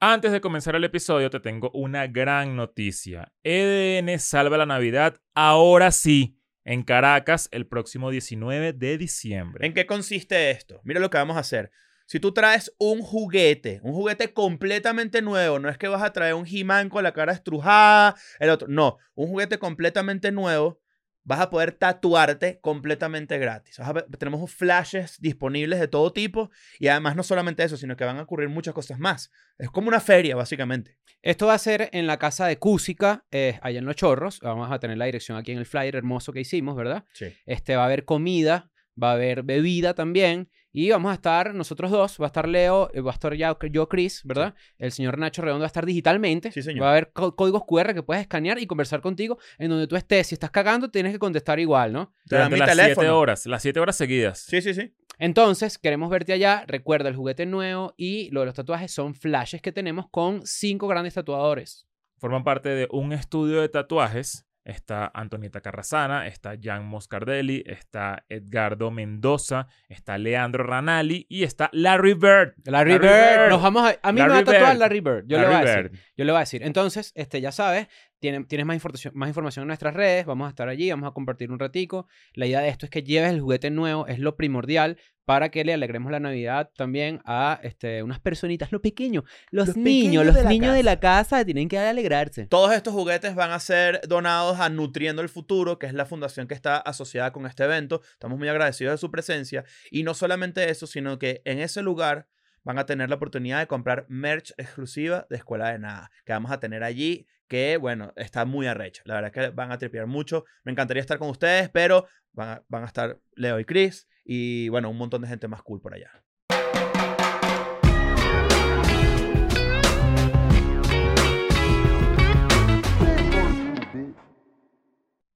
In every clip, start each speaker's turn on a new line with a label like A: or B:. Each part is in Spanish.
A: Antes de comenzar el episodio, te tengo una gran noticia. EDN Salva la Navidad, ahora sí, en Caracas, el próximo 19 de diciembre.
B: ¿En qué consiste esto? Mira lo que vamos a hacer. Si tú traes un juguete, un juguete completamente nuevo, no es que vas a traer un he con la cara estrujada, el otro, no, un juguete completamente nuevo, vas a poder tatuarte completamente gratis. Vas a ver- tenemos flashes disponibles de todo tipo y además no solamente eso, sino que van a ocurrir muchas cosas más. Es como una feria, básicamente.
C: Esto va a ser en la casa de Cúsica, eh, allá en Los Chorros. Vamos a tener la dirección aquí en el flyer hermoso que hicimos, ¿verdad?
B: Sí.
C: Este, va a haber comida, va a haber bebida también. Y vamos a estar nosotros dos, va a estar Leo, eh, va a estar ya yo, Chris, ¿verdad? El señor Nacho Redondo va a estar digitalmente.
B: Sí, señor.
C: Va a haber có- códigos QR que puedes escanear y conversar contigo en donde tú estés. Si estás cagando, tienes que contestar igual, ¿no?
B: Te dan
A: Durante
B: mi
A: las siete
B: teléfono.
A: horas, las 7 horas seguidas.
B: Sí, sí, sí.
C: Entonces, queremos verte allá. Recuerda, el juguete nuevo y lo de los tatuajes son flashes que tenemos con cinco grandes tatuadores.
A: Forman parte de un estudio de tatuajes. Está Antonieta Carrasana, está Jan Moscardelli, está Edgardo Mendoza, está Leandro Ranali y está Larry Bird.
C: Larry,
A: Larry
C: Bird.
A: Bird.
C: Nos vamos a, a mí me
A: Larry
C: va a tatuar
A: Bird.
C: Larry Bird. Yo le
A: Larry
C: voy a decir.
A: Bird.
C: Yo le voy a decir. Entonces, este, ya sabes, tienen- tienes más información, más información en nuestras redes. Vamos a estar allí, vamos a compartir un ratico. La idea de esto es que lleves el juguete nuevo, es lo primordial para que le alegremos la Navidad también a este, unas personitas, lo pequeño, los,
B: Los
C: niños,
B: pequeños
C: los
B: de la
C: niños de la casa tienen que alegrarse.
B: Todos estos juguetes van a ser donados a Nutriendo el Futuro, que es la fundación que está asociada con este evento. Estamos muy agradecidos de su presencia. Y no solamente eso, sino que en ese lugar van a tener la oportunidad de comprar merch exclusiva de Escuela de Nada, que vamos a tener allí, que bueno, está muy arrecho. La verdad es que van a tripear mucho. Me encantaría estar con ustedes, pero van a, van a estar Leo y Chris y bueno, un montón de gente más cool por allá.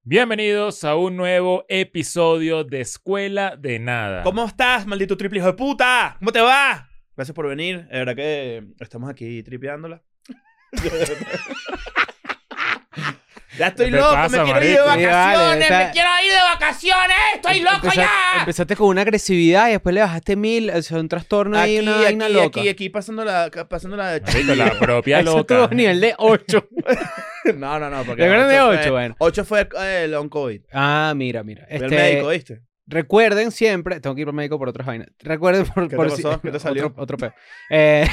A: Bienvenidos a un nuevo episodio de Escuela de Nada.
B: ¿Cómo estás, maldito triple hijo de puta? ¿Cómo te va? Gracias por venir. La verdad que estamos aquí tripeándola. ya estoy
A: ¿Qué te
B: loco,
A: pasa,
B: me quiero ir de
A: marico?
C: Sí,
B: vacaciones,
C: vale,
B: me
C: está-
B: quiero ir de vacaciones, estoy loco
C: Em, Empeza-
B: ya.
C: Empezaste con una agresividad y después le bajaste mil, o sea, un trastorno y una
B: aquí,
C: vaina
B: aquí,
C: loca.
B: aquí, aquí, pasando la, pasando la de
A: Marico, la propia
C: Eso
A: loca.
C: tuvo nivel de 8.
B: No, no, no, porque
C: ¿Te acuerdas de
B: ocho
C: ocho?
B: fue-
C: Bueno.
B: ocho fue eh, el long COVID.
C: ah, mira, mira.
B: Fue
C: Este,
B: el médico, ¿viste?
C: Recuerden siempre, tengo que ir al médico por otras vainas. Recuerden por,
B: ¿Qué
C: por
B: te
C: si-
B: pasó? ¿Qué te salió?
C: Otro, otro peo. Eh,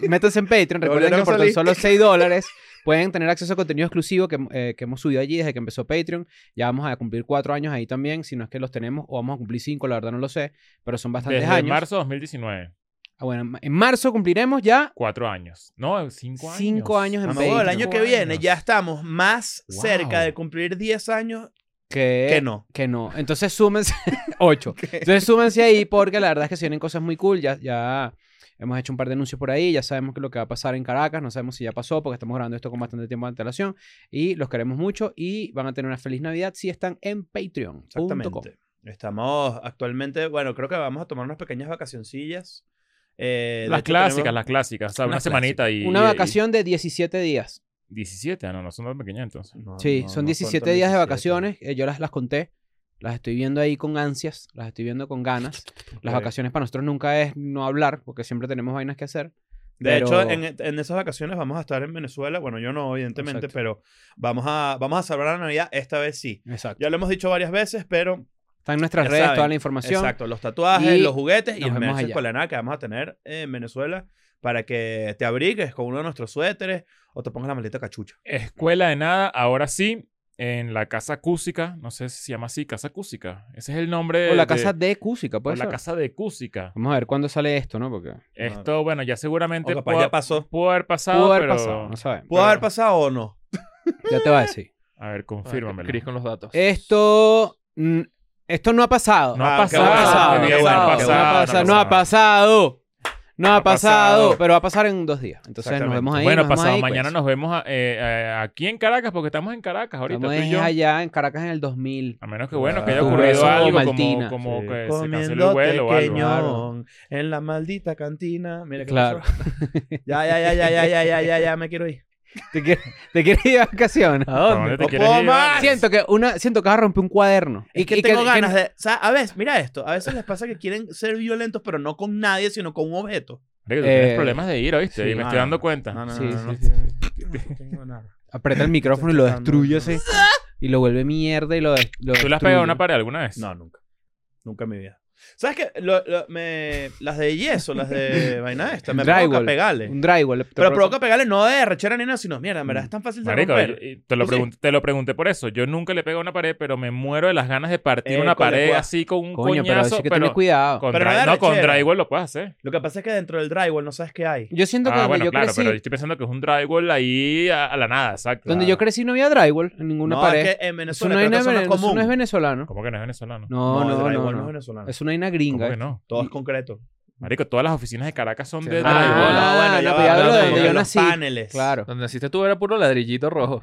C: métanse en Patreon,
B: Te
C: recuerden
B: volvieron
C: que
B: a
C: por tan
B: salir.
C: solo 6 dólares pueden tener acceso a contenido exclusivo que, eh, que hemos subido allí desde que empezó Patreon. Ya vamos a cumplir 4 años ahí también, si no es que los tenemos, o vamos a cumplir 5, la verdad no lo sé, pero son bastantes
A: Desde
C: años.
A: marzo de 2019.
C: Ah, bueno, en ma- en marzo cumpliremos ya
A: Cuatro años. No, cinco años. Ah,
C: Cinco años en
B: Mamá,
C: Patreon.
B: huevo, el año que
A: Cinco
B: viene
A: años.
B: ya estamos más
A: Wow.
B: cerca de cumplir 10 años
C: que,
B: que no.
C: Que no. Entonces súmense. 8. Entonces súmense ahí porque la verdad es que se vienen cosas muy cool. Ya, ya hemos hecho un par de anuncios por ahí. Ya sabemos que lo que va a pasar en Caracas. No sabemos si ya pasó porque estamos grabando esto con bastante tiempo de antelación. Y los queremos mucho y van a tener una feliz Navidad si están en Patreon.
B: Exactamente. Estamos actualmente, bueno, creo que vamos a tomar unas pequeñas vacacioncillas. Eh, de
A: Las
B: hecho,
A: clásicas,
B: tenemos-
A: las clásicas. O sea, una,
C: Una
A: semanita y.
C: Una
A: y-
C: vacación de 17 días.
A: 17, ah, no, no son tan pequeñas entonces.
B: No,
C: Sí,
B: no,
C: son
B: no
C: 17
B: tan
C: días de
B: 17.
C: vacaciones. eh, yo las, las conté. Las estoy viendo ahí con ansias, las estoy viendo con ganas. Las
B: Ok.
C: vacaciones para nosotros nunca es no hablar, porque siempre tenemos vainas que hacer.
B: De
C: pero-
B: hecho, en, en esas vacaciones vamos a estar en Venezuela. Bueno, yo no, evidentemente,
C: Exacto.
B: pero vamos a, vamos a salvar la Navidad. Esta vez sí.
C: Exacto.
B: Ya lo hemos dicho varias veces, pero
C: Está en nuestras
B: Ya
C: redes
B: saben,
C: toda la información.
B: exacto, los tatuajes,
C: Y
B: los juguetes y
C: nos
B: el
C: vemos
B: merch
C: allá.
B: escolar que vamos a tener en Venezuela para que te abrigues con uno de nuestros suéteres o te pongas la maleta cachucha.
A: Escuela de nada, ahora sí, en la Casa Cúsica. No sé si se llama así, Casa Cúsica. Ese es el nombre.
C: O la
A: de-
C: casa de Cusica,
A: o
C: pues.
A: la casa de Cúsica.
B: Ah.
C: Vamos a ver cuándo sale esto, ¿no? Porque
A: Esto, bueno, ya seguramente
B: O capaz
A: pudo,
B: ya pasó.
A: pudo haber pasado,
C: pudo haber
A: pero.
C: pasado, no sabemos.
B: ¿Pudo
A: Pero-
B: haber pasado o no?
C: Ya te voy a decir.
B: Ah,
A: A ver, confírmamelo.
D: Cris con los datos.
C: Esto, mm, esto no ha pasado.
A: No ha
B: Ah, qué
A: pasado.
B: bueno,
A: muy
B: qué
A: bien,
B: bueno,
A: no ha
B: qué
A: pasado,
B: bueno.
C: no ha pasado,
A: no
C: no
A: ha
C: ha pasado, no
A: ha
C: ha pasado,
A: pasado.
C: pero va a pasar en dos días. Entonces nos
B: Exactamente.
C: vemos ahí.
A: bueno,
C: nos vemos
A: pasado
C: ahí,
A: mañana
C: pues.
A: nos vemos a- eh, eh, aquí en Caracas, porque estamos en Caracas ahorita.
C: Estamos
A: tú y yo.
C: allá en Caracas en el 2000.
A: A menos que, bueno, que haya
B: Tu
A: ocurrido
B: beso
A: algo
C: Maltina.
A: como, como que se canceló
B: comiendo
A: el vuelo o algo.
B: pequeñón en la maldita cantina. Mira qué
C: Claro.
B: pasó. Ya, ya, ya, ya, ya, ya, ya, ya, ya, me quiero ir.
C: ¿Te quieres, te quieres ir de vacaciones?
A: ¿A dónde te
B: No
A: quieres
B: puedo
A: ir?
B: más.
A: Vale.
C: Siento que, una, siento que vas a romper un cuaderno.
B: Y que tengo ganas de. O sea, a veces, mira esto. A veces les pasa que quieren ser violentos, pero no con nadie, sino con un objeto.
A: Marico, tú tienes
C: Eh,
A: problemas de ir, ¿oíste?
C: sí,
A: y me estoy
B: no,
A: dando
B: no,
A: cuenta.
B: no, no,
C: Sí,
B: no,
C: sí,
B: no,
C: sí, sí.
B: no tengo nada.
C: Aprieta el micrófono y lo
B: Estoy
C: destruye así.
B: tratando,
C: Y lo vuelve mierda y lo, des-
A: ¿Tú le
C: lo
A: has
C: destruye.
A: pegado una pared alguna vez?
B: No, nunca. Nunca en mi vida. ¿Sabes qué? Lo- lo- me- las de yeso, las de vaina esta, me provoca
C: Drywall.
B: pegarle.
C: Un drywall. le- te
B: Pero
C: provoca-
B: provoca pegarle no de rechera ni nada, sino mierda, en verdad es tan fácil de
A: Marico,
B: romper.
A: yo- y te lo,
B: Tú sí.
A: pregun- te lo pregunté por eso. Yo nunca le pego a una pared, pero me muero de las ganas de partir
B: Eh,
A: una
B: con el
A: pared
B: cua-
A: así con un
C: Coño, pero eso
A: coñazo.
C: hay que
A: pero
C: tener cuidado.
A: con,
B: Pero no
A: dry-
B: de
A: no, con
B: rechera.
A: drywall lo puedes hacer.
B: Lo que pasa es que dentro del drywall no sabes qué hay.
C: Yo siento que
A: Ah,
C: donde
A: bueno,
C: yo
A: claro,
C: crecí,
A: pero yo estoy pensando que es un drywall ahí a, a la nada, exacto. Ah,
C: donde yo crecí no había drywall en ninguna
B: no,
C: pared.
B: es que en
C: eso,
B: Venezuela
C: no
B: creo
C: hay
B: que
C: nada
B: eso no es
C: venezolano, eso
B: común.
C: no es venezolano.
A: ¿Cómo que no es venezolano? ¿Cómo
C: No,
B: el
C: no, no.
B: drywall no es
C: no.
B: venezolano.
C: Es una vaina
A: que
C: gringa. eh.
A: no?
B: Todo es concreto.
A: Marico, todas las oficinas de Caracas son de
D: Sí.
A: drywall.
C: Ah, bueno,
B: ya
C: no,
B: va,
C: pero
D: ya
B: ya
D: hablo
B: va,
D: de
B: como
D: donde
B: que
C: yo
B: los
C: nací.
B: paneles.
C: eh, Claro.
D: Donde naciste tú era puro ladrillito rojo.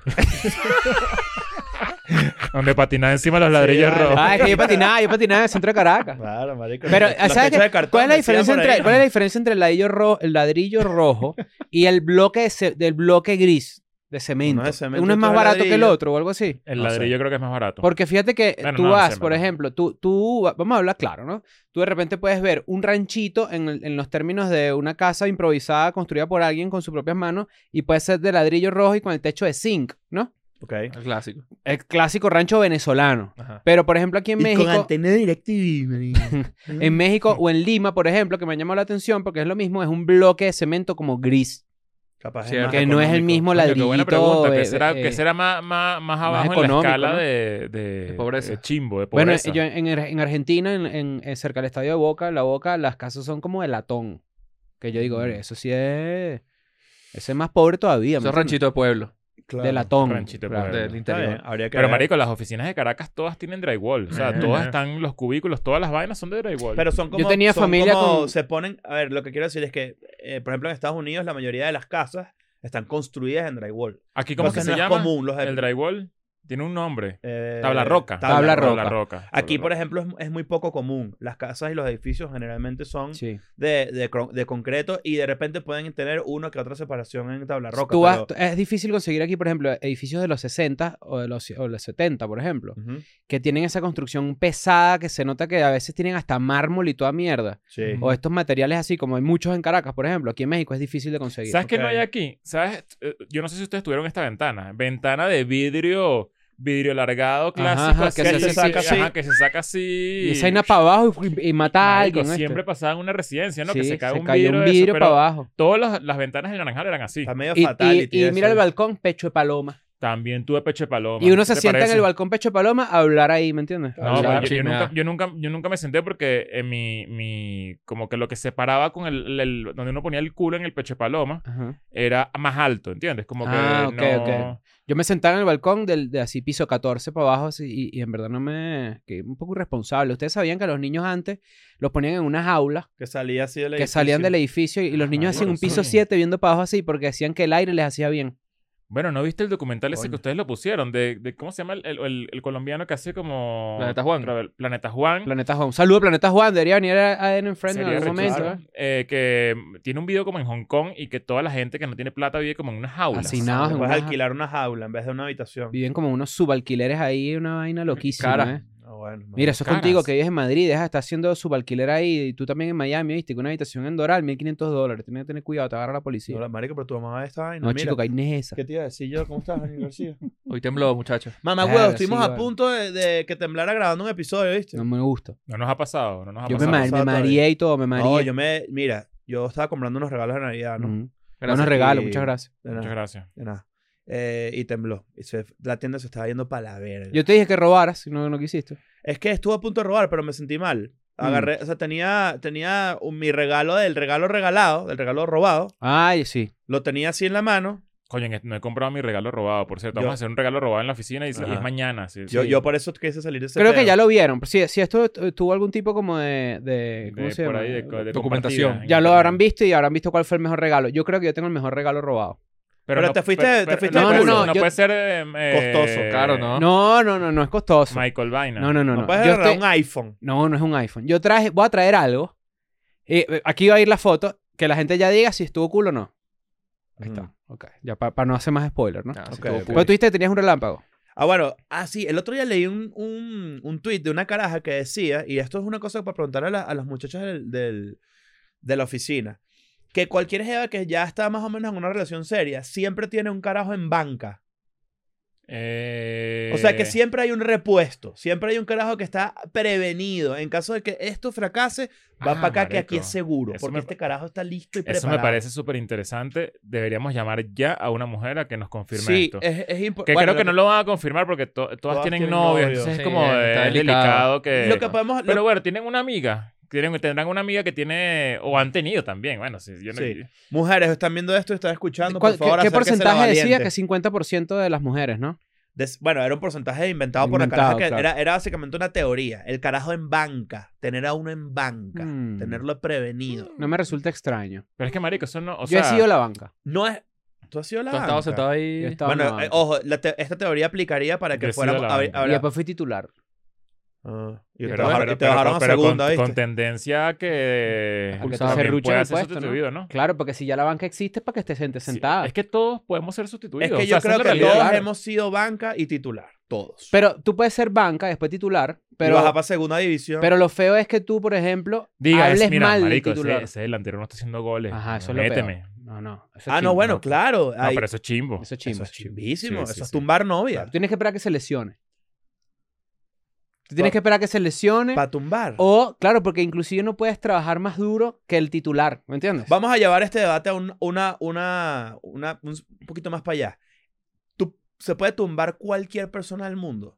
A: Donde patinaba encima los ladrillos
B: vale.
A: rojos.
C: Ah, es que yo patinaba, yo patinaba en el centro de Caracas.
B: Claro, marico.
C: Pero,
B: Las
C: ¿sabes
B: fechas
C: qué?
B: de cartón
C: ¿Cuál es la
B: decían
C: diferencia
B: por
C: entre,
B: ahí.
C: cuál es la diferencia entre el ladrillo, ro- el ladrillo rojo y el bloque de ce- del bloque gris de cemento?
B: Uno
C: Uno
B: es
C: es,
B: cemento y otro
C: más
B: es
C: barato que el
B: ladrillo.
C: otro o algo así.
A: El
B: No sé.
A: ladrillo creo que es más barato.
C: Porque fíjate que
A: Bueno,
C: tú
A: no, no
C: vas,
A: sé,
C: por
A: ¿verdad?
C: ejemplo, tú, tú, va- vamos a hablar claro, ¿no? Tú de repente puedes ver un ranchito en, el- en los términos de una casa improvisada construida por alguien con sus propias manos y puede ser de ladrillo rojo y con el techo de zinc, ¿no?
B: Ok.
D: El clásico.
C: El clásico rancho venezolano.
D: Ajá.
C: Pero, por ejemplo, aquí en México...
B: antena DirecTV, marico.
C: En México o en Lima, por ejemplo, que me ha llamado la atención porque es lo mismo, es un bloque de cemento como gris,
B: Capaz es
D: Cierto.
B: más
C: que no es el
B: económico.
C: mismo
A: Ah, Coño,
C: ladrillito.
A: qué buena pregunta.
C: eh,
A: ¿Qué será,
C: eh,
A: qué será más, más, más abajo en la
C: económico,
A: escala
C: ¿no?
A: de, de-
D: De pobreza.
A: de chimbo, de
C: bueno,
A: pobreza?
C: yo en, en Argentina, en, en- en cerca del estadio de Boca, la Boca, las casas son como de latón. Que yo digo, "Ver, eso sí es... Ese es más pobre todavía. ¿me
D: Esos
C: entiendes?
D: ranchitos de pueblo.
C: De latón.
A: Ranchito de
C: claro.
A: pueblo.
D: Del
B: Está bien,
D: interior.
B: habría que
A: Pero,
B: ver.
A: marico, las oficinas de Caracas todas tienen drywall. O sea,
D: Ajá.
A: todas están, los cubículos, todas las vainas son de drywall.
B: Pero son como.
C: Yo tenía
B: son
C: familia
B: como-
C: con-
B: Se ponen. A ver, lo que quiero decir es que, eh, por ejemplo, en Estados Unidos, la mayoría de las casas están construidas en drywall.
A: ¿Aquí cómo es que
B: Entonces,
A: se
B: no es
A: llama?
B: común los de-
A: El drywall tiene un nombre.
B: eh,
A: Tabla roca.
C: Tabla roca.
B: Aquí, por
A: Tabla roca.
B: ejemplo, es, es muy poco común. Las casas y los edificios generalmente son
C: Sí.
B: de, de, cro- de concreto y de repente pueden tener una que otra separación en tabla roca.
C: Tú vas-
B: pero-
C: Es difícil conseguir aquí, por ejemplo, edificios de los 60 o de los, o de los 70, por ejemplo,
B: Ujú,
C: que tienen esa construcción pesada que se nota que a veces tienen hasta mármol y toda mierda.
B: Sí.
C: O estos materiales así, como hay muchos en Caracas, por ejemplo. Aquí en México es difícil de conseguir.
A: ¿Sabes qué no
B: Ok.
A: hay aquí? ¿Sabes? Eh, Yo no sé si ustedes tuvieron esta ventana. Ventana de vidrio, vidrio alargado, clásico.
C: ajá,
A: así,
C: que
B: se hace así.
A: ajá, que se saca así.
C: Y esa vaina para abajo y, y mata a
A: Marico,
C: alguien. ¿oíste?
A: siempre pasaba en una residencia, ¿no? que
C: Sí,
A: se cae un
C: cayó
A: vidrio,
C: un
A: de eso,
C: vidrio
A: pero
C: para abajo.
A: Todas las, las ventanas del naranjal eran así.
B: Está medio
C: Y, y-
B: fatal.
C: y mira el balcón, pecho de paloma.
A: También tuve pecho de paloma.
C: y uno
A: ¿Qué
C: se
A: te
C: sienta en
A: parece?
C: el balcón, pecho de paloma, a hablar ahí, ¿me entiendes? A
A: No, pues, pero yo,
C: hablar.
A: yo
D: Chismear.
A: nunca, yo, nunca, yo nunca me senté porque en mi, mi- Como que lo que separaba con el, el- Donde uno ponía el culo en el pecho de paloma
C: Ajá.
A: era más alto, ¿entiendes? Como que.
C: Ah, ok,
A: no...
C: ok. Yo me sentaba en el balcón del, de así piso 14 para abajo así, y, y en verdad no me... que un poco irresponsable. Ustedes sabían que a los niños antes los ponían en unas aulas
B: Que salía así del
C: que salían del
B: edificio.
C: edificio y los niños
A: marico,
C: hacían un piso
A: sí.
C: 7 viendo para abajo así porque decían que el aire les hacía bien.
A: Bueno, ¿no viste el documental ese
B: Coño.
A: que ustedes lo pusieron? De, de- ¿Cómo se llama el, el- el- el colombiano que hace como.
D: Planeta Juan.
A: Travel- Planeta Juan.
C: Planeta Juan. Saludos, Planeta Juan. Debería venir a a ADN en Friends en
A: Sería
C: algún
A: arrechísimo.
C: momento.
B: claro.
C: ¿eh?
A: Eh, que tiene un video como en Hong Kong y que toda la gente que no tiene plata vive como en unas jaulas.
C: Hacinados. en
B: Puedes
C: una ja-
B: alquilar una jaula en vez de una habitación.
C: Viven como unos subalquileres ahí, una vaina loquísima.
D: Cara.
C: ¿eh?
B: Ah, bueno,
C: Mira, eso es
A: caras.
C: contigo que vives en Madrid. Deja, está haciendo subalquiler ahí. Y tú también en Miami, ¿viste? Con una habitación en Doral, 1500 dólares. Tienes que tener cuidado, te agarra la
B: No,
C: policía.
B: la- marico, pero tu mamá está vaina.
C: No,
B: mira.
C: chico, que hay es esa.
B: ¿Qué te iba a decir yo? ¿Cómo estás, Daniel García?
D: Hoy tembló, muchachos.
B: Mamá,
C: Claro,
B: huevo, estuvimos
C: sí,
B: a
C: vale.
B: punto de, de que temblara grabando un episodio, ¿viste?
C: No me gusta.
A: No nos ha pasado, no nos ha
C: Yo me,
A: pasado.
C: ma-
B: pasado
C: me
B: todavía.
C: mareé y todo, me mareé.
B: No, yo me... Mira, yo estaba comprando unos regalos de Navidad, ¿no?
C: Ujú.
D: Gracias.
C: Buenos regalos,
B: y-
C: muchas gracias.
B: De
A: Muchas
B: nada,
A: gracias.
B: de nada. Eh, y tembló. Y se- la tienda se estaba yendo para la verga.
C: Yo te dije que robaras, si no, no quisiste.
B: Es que estuve a punto de robar, pero me sentí mal.
C: Mm.
B: Agarré... O sea, tenía, tenía un- mi regalo del regalo regalado, del regalo robado.
C: Ay, sí.
B: Lo tenía así en la mano.
A: Coño, en este- no he comprado mi regalo robado, por cierto. Vamos
B: Yo-
A: a hacer un regalo robado en la oficina y, y
B: Ajá.
A: es mañana. sí,
B: Yo,
A: sí.
B: yo por eso quise salir de ese
C: Creo que
B: peo.
C: ya lo vieron. pero Si, si esto tu- tuvo algún tipo como de... de- ¿Cómo
A: De
C: se
A: por
C: llama?
A: ahí de co- de
D: Documentación.
A: compartida en
C: Ya lo
A: internet.
C: habrán visto y habrán visto cuál fue el mejor regalo. Yo creo que yo tengo el mejor regalo robado.
B: Pero te fuiste- te fuiste
A: no, puede-
C: de culo.
A: no,
C: No, yo-
A: puede ser eh, eh,
B: Costoso,
D: claro, ¿no?
C: No, no, no, no es costoso.
A: Michael Vaina.
C: No, no, no.
B: No,
C: No,
B: puedes
C: Yo
B: agarrar
C: estoy-
B: un iPhone.
C: no, no es un iPhone. Yo traje, voy a traer algo. Eh, eh, aquí va a ir la foto. Que la gente ya diga si estuvo cool o no. Ahí
B: Mm.
C: está. Ok. Ya para no hacer más spoiler, ¿no?
D: Ah, sí,
B: Ok,
D: estuvo
B: ok.
D: cool.
C: Pero tú dijiste que tenías un relámpago.
B: Ah, bueno, ah, sí, el otro día leí un, un, un tweet de una caraja que decía, y esto es una cosa para preguntar a, la- a las muchachas del, del- de la oficina, que cualquier jeva que ya está más o menos en una relación seria siempre tiene un carajo en banca.
A: Eh,
B: O sea que siempre hay un repuesto, siempre hay un carajo que está prevenido. En caso de que esto fracase, va
A: Ah,
B: para acá que aquí
A: marico.
B: es seguro,
A: Eso
B: porque
A: me-
B: este carajo está listo y preparado.
A: Eso me parece súper interesante. Deberíamos llamar ya a una mujer a que nos confirme
B: Sí,
A: esto.
B: es, es impor-
A: que
B: bueno,
A: creo que no lo van a confirmar porque to- todas, tienen, novio, entonces es
D: Sí,
A: como
D: eh, está
A: es
D: delicado.
A: delicado que...
B: Lo que podemos... lo-
A: Pero bueno, tienen una amiga. Tienen, tendrán una amiga que tiene... O han tenido también. Bueno, sí, yo no-
B: Sí. mujeres, están viendo esto y están escuchando, por
C: ¿Cuál-
B: favor,
C: ¿Qué, qué
B: acérquense a la
C: porcentaje decía
B: valiente.
C: que 50% de las mujeres, no?
B: Des- bueno, era un porcentaje inventado, por la
C: Inventado,
B: caraja que
C: claro.
B: era, era básicamente una teoría. El carajo en banca. Tener a uno en banca.
C: Mm.
B: Tenerlo prevenido.
C: No me resulta extraño.
A: Pero es que, marico, eso no... O
C: Yo
A: sea,
C: he sido la banca.
B: No es. Tú has sido la
D: Tú has estado
B: banca?
D: sentado ahí.
C: Yo he estado en la
B: Bueno,
C: banca.
B: eh, ojo, la te- esta teoría aplicaría para
A: Yo
B: que
A: he sido la
B: fuéramos. abri-
A: banca.
C: y
B: abra-
C: después fui titular.
B: Ah, y
A: pero-
B: te bajaron-
A: pero-
B: y te bajaron
A: pero-
B: a
A: pero con-
B: segunda,
A: con,
B: ¿viste?
A: tendencia a que...
C: Ajá,
A: que
C: que te
A: también
C: serruchen
A: pueda
C: el
A: ser
C: puesto, ¿no?
A: sustituido, ¿no?
C: Claro, porque si ya la banca existe es para que esté gente
A: Sí,
C: sentada.
A: Es que todos podemos ser
B: Es
A: sustituidos.
B: que
A: O sea, esa
B: yo
A: es
B: creo
A: la
B: que
A: realidad.
B: todos
C: Claro.
B: hemos sido banca y titular. Todos.
C: Pero tú puedes ser banca, después titular,
B: pero,
C: pero,
B: para segunda división.
C: pero lo feo es que tú, por ejemplo,
A: Diga, es,
C: hables
A: mira,
C: mal
A: marico,
C: de
A: ese,
C: titular.
A: ese delantero no está haciendo goles.
C: Ajá, eso es lo
A: Méteme.
C: peor. No, no. eso es
B: ah, no,
C: chimbo,
B: bueno,
C: no.
B: claro.
A: No,
B: ahí-
A: pero eso es chimbo.
C: Eso es chimbo.
B: eso es
C: es chimbo.
B: chimbísimo.
A: Sí,
B: eso
A: sí,
B: es
A: sí.
B: tumbar novia.
C: Claro, Tienes que esperar a que se lesione. Tú tienes que esperar a que se lesione.
B: Para tumbar.
C: O, claro, porque inclusive no puedes trabajar más duro que el titular, ¿me entiendes?
B: Vamos a llevar este debate a un, una, una, una- un poquito más para allá. Tú, se puede tumbar cualquier persona del mundo.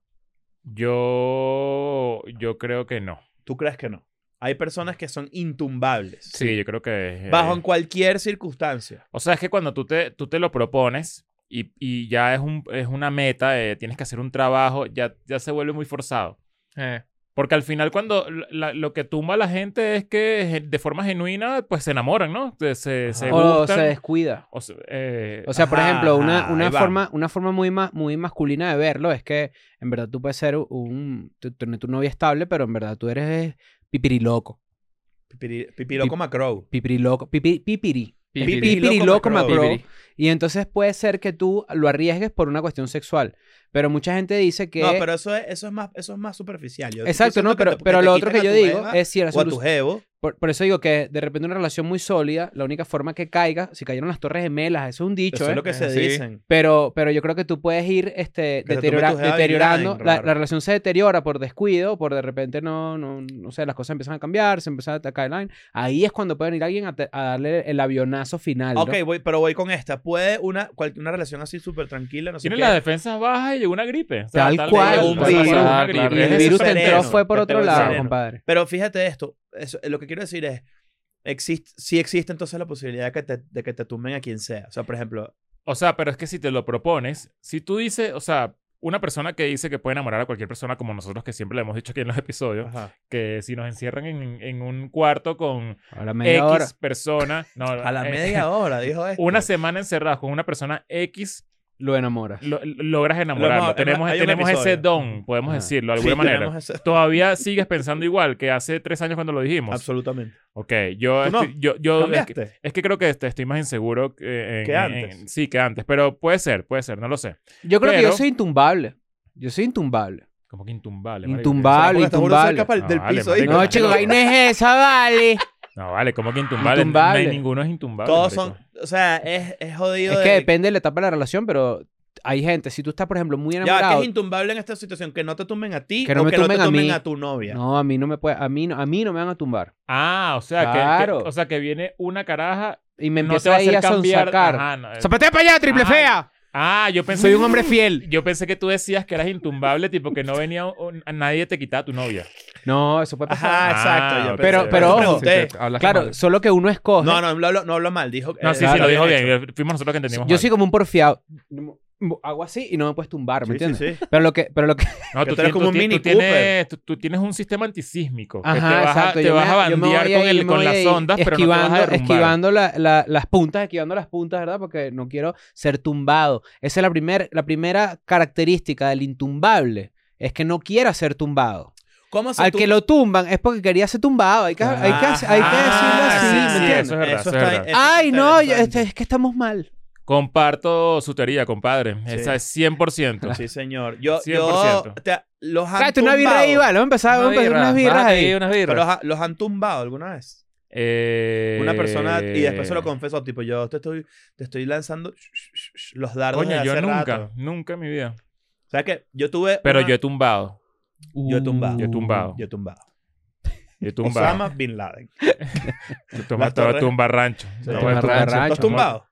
A: Yo, yo creo que no.
B: ¿Tú crees que no? Hay personas que son intumbables.
A: Sí, yo creo que... eh,
B: Bajo en cualquier circunstancia.
A: O sea, es que cuando tú te, tú te lo propones y, y ya es, un, es una meta, eh, tienes que hacer un trabajo, ya, ya se vuelve muy forzado.
D: Eh,
A: Porque al final cuando la- la- lo que tumba a la gente es que je- de forma genuina pues se enamoran, ¿no? Se, se, se
C: o
A: gustan.
C: se descuida.
A: O se- eh,
C: O sea, por
B: Ajá,
C: ejemplo, una,
B: ajá,
C: una
B: ahí
C: forma, una forma muy, ma- muy masculina de verlo es que en verdad tú puedes ser un. tú- tener tu novia estable, pero en verdad tú eres eh, pipiriloco.
B: Pipiri- Pipiroco
C: Pip-
B: Macrow.
C: Pipiriloco. Pipi, pipiri.
D: pipiri,
B: Pipiri,
C: Pipiriloco
B: macro.
C: macro.
D: pipiri.
C: Y entonces puede ser que tú lo arriesgues por una cuestión sexual. Pero mucha gente dice que.
B: No, pero eso es, eso es más, eso es más superficial. Yo
C: Exacto,
B: estoy
C: no,
B: diciendo
C: pero,
B: que te-
C: pero
B: que te
C: lo otro que
B: quiten a
C: yo
B: tu
C: digo
B: jeva
C: es si la
B: O a
C: solu-
B: tu jevo.
C: Por, por eso digo que de repente una relación muy sólida, la única forma que caiga, si cayeron las torres gemelas, eso es un dicho,
B: Eso
C: ¿eh?
B: es lo que se
D: Sí.
B: dicen.
C: Pero, pero yo creo que tú puedes ir este,
B: Que te
C: deteriora-
B: tome tu jeva y
C: deteriorando.
B: line,
C: La,
B: raro.
C: la relación se deteriora por descuido, por de repente no, no, no sé, las cosas empiezan a cambiar, se empieza a atacar el line. Ahí es cuando puede venir alguien a, te- a darle el avionazo final. ¿no?
B: Ok, voy, pero voy con esta. ¿Puede una, cual- una relación así súper tranquila? No sé
A: tiene
B: qué?
A: las defensas bajas y llegó una gripe. O sea,
C: Tal
A: tal
C: cual,
A: cual,
B: un
A: tal
B: virus,
A: cual, una
D: claro,
A: gripe.
C: Y el
B: es
A: Es
C: virus
A: súper
B: sereno,
C: entró fue por
B: yo
C: otro
B: te voy
C: lado,
B: sereno.
C: compadre.
B: Pero fíjate esto, eso- lo que quiero decir es, existe, sí existe entonces la posibilidad que te- de que te tumben a quien sea. O sea, por ejemplo,
A: O sea, pero es que si te lo propones, si tú dices, o sea, una persona que dice que puede enamorar a cualquier persona, como nosotros que siempre le hemos dicho aquí en los episodios,
B: ajá,
A: que si nos encierran en, en un cuarto con
C: A la media hora.
A: X persona, no,
B: a la
A: eh,
B: media hora, dijo esto.
A: una semana encerrados con una persona X,
C: Lo enamoras.
A: lo- logras enamorarlo.
B: hemos-
A: tenemos
B: hay un
A: tenemos ese
B: episodio.
A: don, podemos
C: Ajá.
A: decirlo de
B: Sí,
A: alguna manera.
B: tenemos eso.
A: Todavía sigues pensando igual que hace tres años cuando lo dijimos.
B: Absolutamente.
A: ok, yo,
B: Tú no.
A: estoy- yo, yo es, que,
B: ¿Cambiaste?
A: es que creo que este, estoy más inseguro eh, en-
B: Que
A: en-
B: antes.
A: en- sí, que antes, pero puede ser, puede ser, no lo sé.
C: Yo creo que
A: pero-
C: yo soy intumbable. Yo soy intumbable.
A: Como que intumbable. marico.
C: Intumbable,
B: Porque hasta uno
C: intumbable.
B: cerca pa'l- del
A: No, vale,
B: piso ahí.
A: marico.
C: No, chicos, ahí no es esa, vale.
A: No, vale, como que intumbable.
C: Intumbable.
A: No hay- ninguno es intumbable.
B: Todos
A: marico.
B: son, o sea, es, es jodido.
C: Es que
B: de-
C: depende de la etapa de la relación, pero hay gente, si tú estás, por ejemplo, muy
B: Ya, va,
C: enamorado.
B: que es intumbable en esta situación, que no te tumben a ti
C: Que no
B: o
C: me
B: que
C: tumben
B: no
C: a
B: te tumben
C: mí.
B: a, tu novia.
C: No, a mí no me puede, a mí no, a mí no me van a tumbar.
A: Ah, o sea, que-
C: Claro.
A: que, o sea, que viene una caraja
C: Y me
A: no te
C: empieza
A: va a
C: ahí
A: hacer
C: a
A: cambiar.
C: sonsacar.
A: Ajá, no, eh.
C: ¡Zapatea para allá, triple
A: Ah,
C: fea!
A: Ah, yo pensé.
C: Soy un hombre fiel.
A: Yo pensé que tú decías que eras intumbable, tipo que no venía un- a nadie te quitaba tu novia.
C: Eh, No, eso puede pasar.
B: Ajá,
A: Ah,
B: exacto. yo
A: pero-
B: pensé-
C: pero
B: yo
C: ojo.
B: pregunté.
D: Sí, te- hablas
C: claro,
D: mal.
C: solo que uno escoge.
B: No, no, no hablo, no hablo mal. Dijo,
A: No,
B: eh,
A: sí, sí,
C: claro,
A: lo dijo
B: hecho.
A: bien. Fuimos nosotros que entendimos.
C: Yo
A: mal.
C: soy como un porfiado. Hago así y no me puedes tumbar, ¿me
B: Sí, sí,
C: entiendes?
B: sí.
C: Pero lo que, pero lo que.
A: No,
B: Yo
A: tú,
B: tú
A: tien-
B: eres como
A: tú
B: un
A: tien-
B: Mini
A: tú tienes, tú, tú tienes un sistema antisísmico. que
C: Ajá,
A: te vas, a-
C: exacto.
A: te
C: yo me-
A: vas a
C: yo me
A: bandear
C: voy
A: con,
C: ahí,
A: el-
C: yo me
A: con
C: voy
A: las
C: ahí
A: ondas, pero no te vas a
C: esquivando-
A: derrumbar.
C: Esquivando la- la- las puntas, esquivando las puntas, ¿verdad? Porque no quiero ser tumbado. Esa es la, primer, la primera característica del intumbable. Es que no quiera ser tumbado.
B: ¿Cómo se
C: Al
B: tu-
C: que lo tumban es porque quería ser tumbado. Hay que, hay que, hay que
B: Ajá,
C: decirlo así,
A: sí,
C: ¿me
A: Ah, sí,
C: entiendes?
A: eso es verdad, eso es verdad.
B: Ah, eso
C: Ay,
B: está
C: no, yo-
B: interesante.
C: este- es que estamos mal.
A: Comparto su teoría, compadre.
B: Sí.
A: Esa es 100%.
B: Sí, señor. Yo,
A: 100%.
B: yo te- los han
C: Tráete una
B: tumbado.
C: birra ahí, vale. Vamos a empezar vamos a empezar Ah, unas birras
D: bájate
C: ahí.
D: unas
B: Pero
D: birras.
B: los, ha- los han tumbado alguna vez.
A: Eh,
B: Una persona y después se lo confesó, tipo, yo te estoy, te estoy lanzando sh- sh- sh- los dardos
A: Coño,
B: de
A: yo
B: hace
A: nunca,
B: rato.
A: nunca en mi vida.
B: O sea que yo tuve
A: Pero
B: una-
A: yo he tumbado.
B: yo he tumbado.
A: Yo he tumbado.
B: yo tumbado.
A: Yo he tumbado.
B: Osama Bin Laden.
A: Yo tumba,
B: las torres.
A: tumba rancho.
B: Sí.
A: No,
B: Tumba
A: esto-
C: rancho.
B: ¿Los
C: Rancho,
B: tumbados?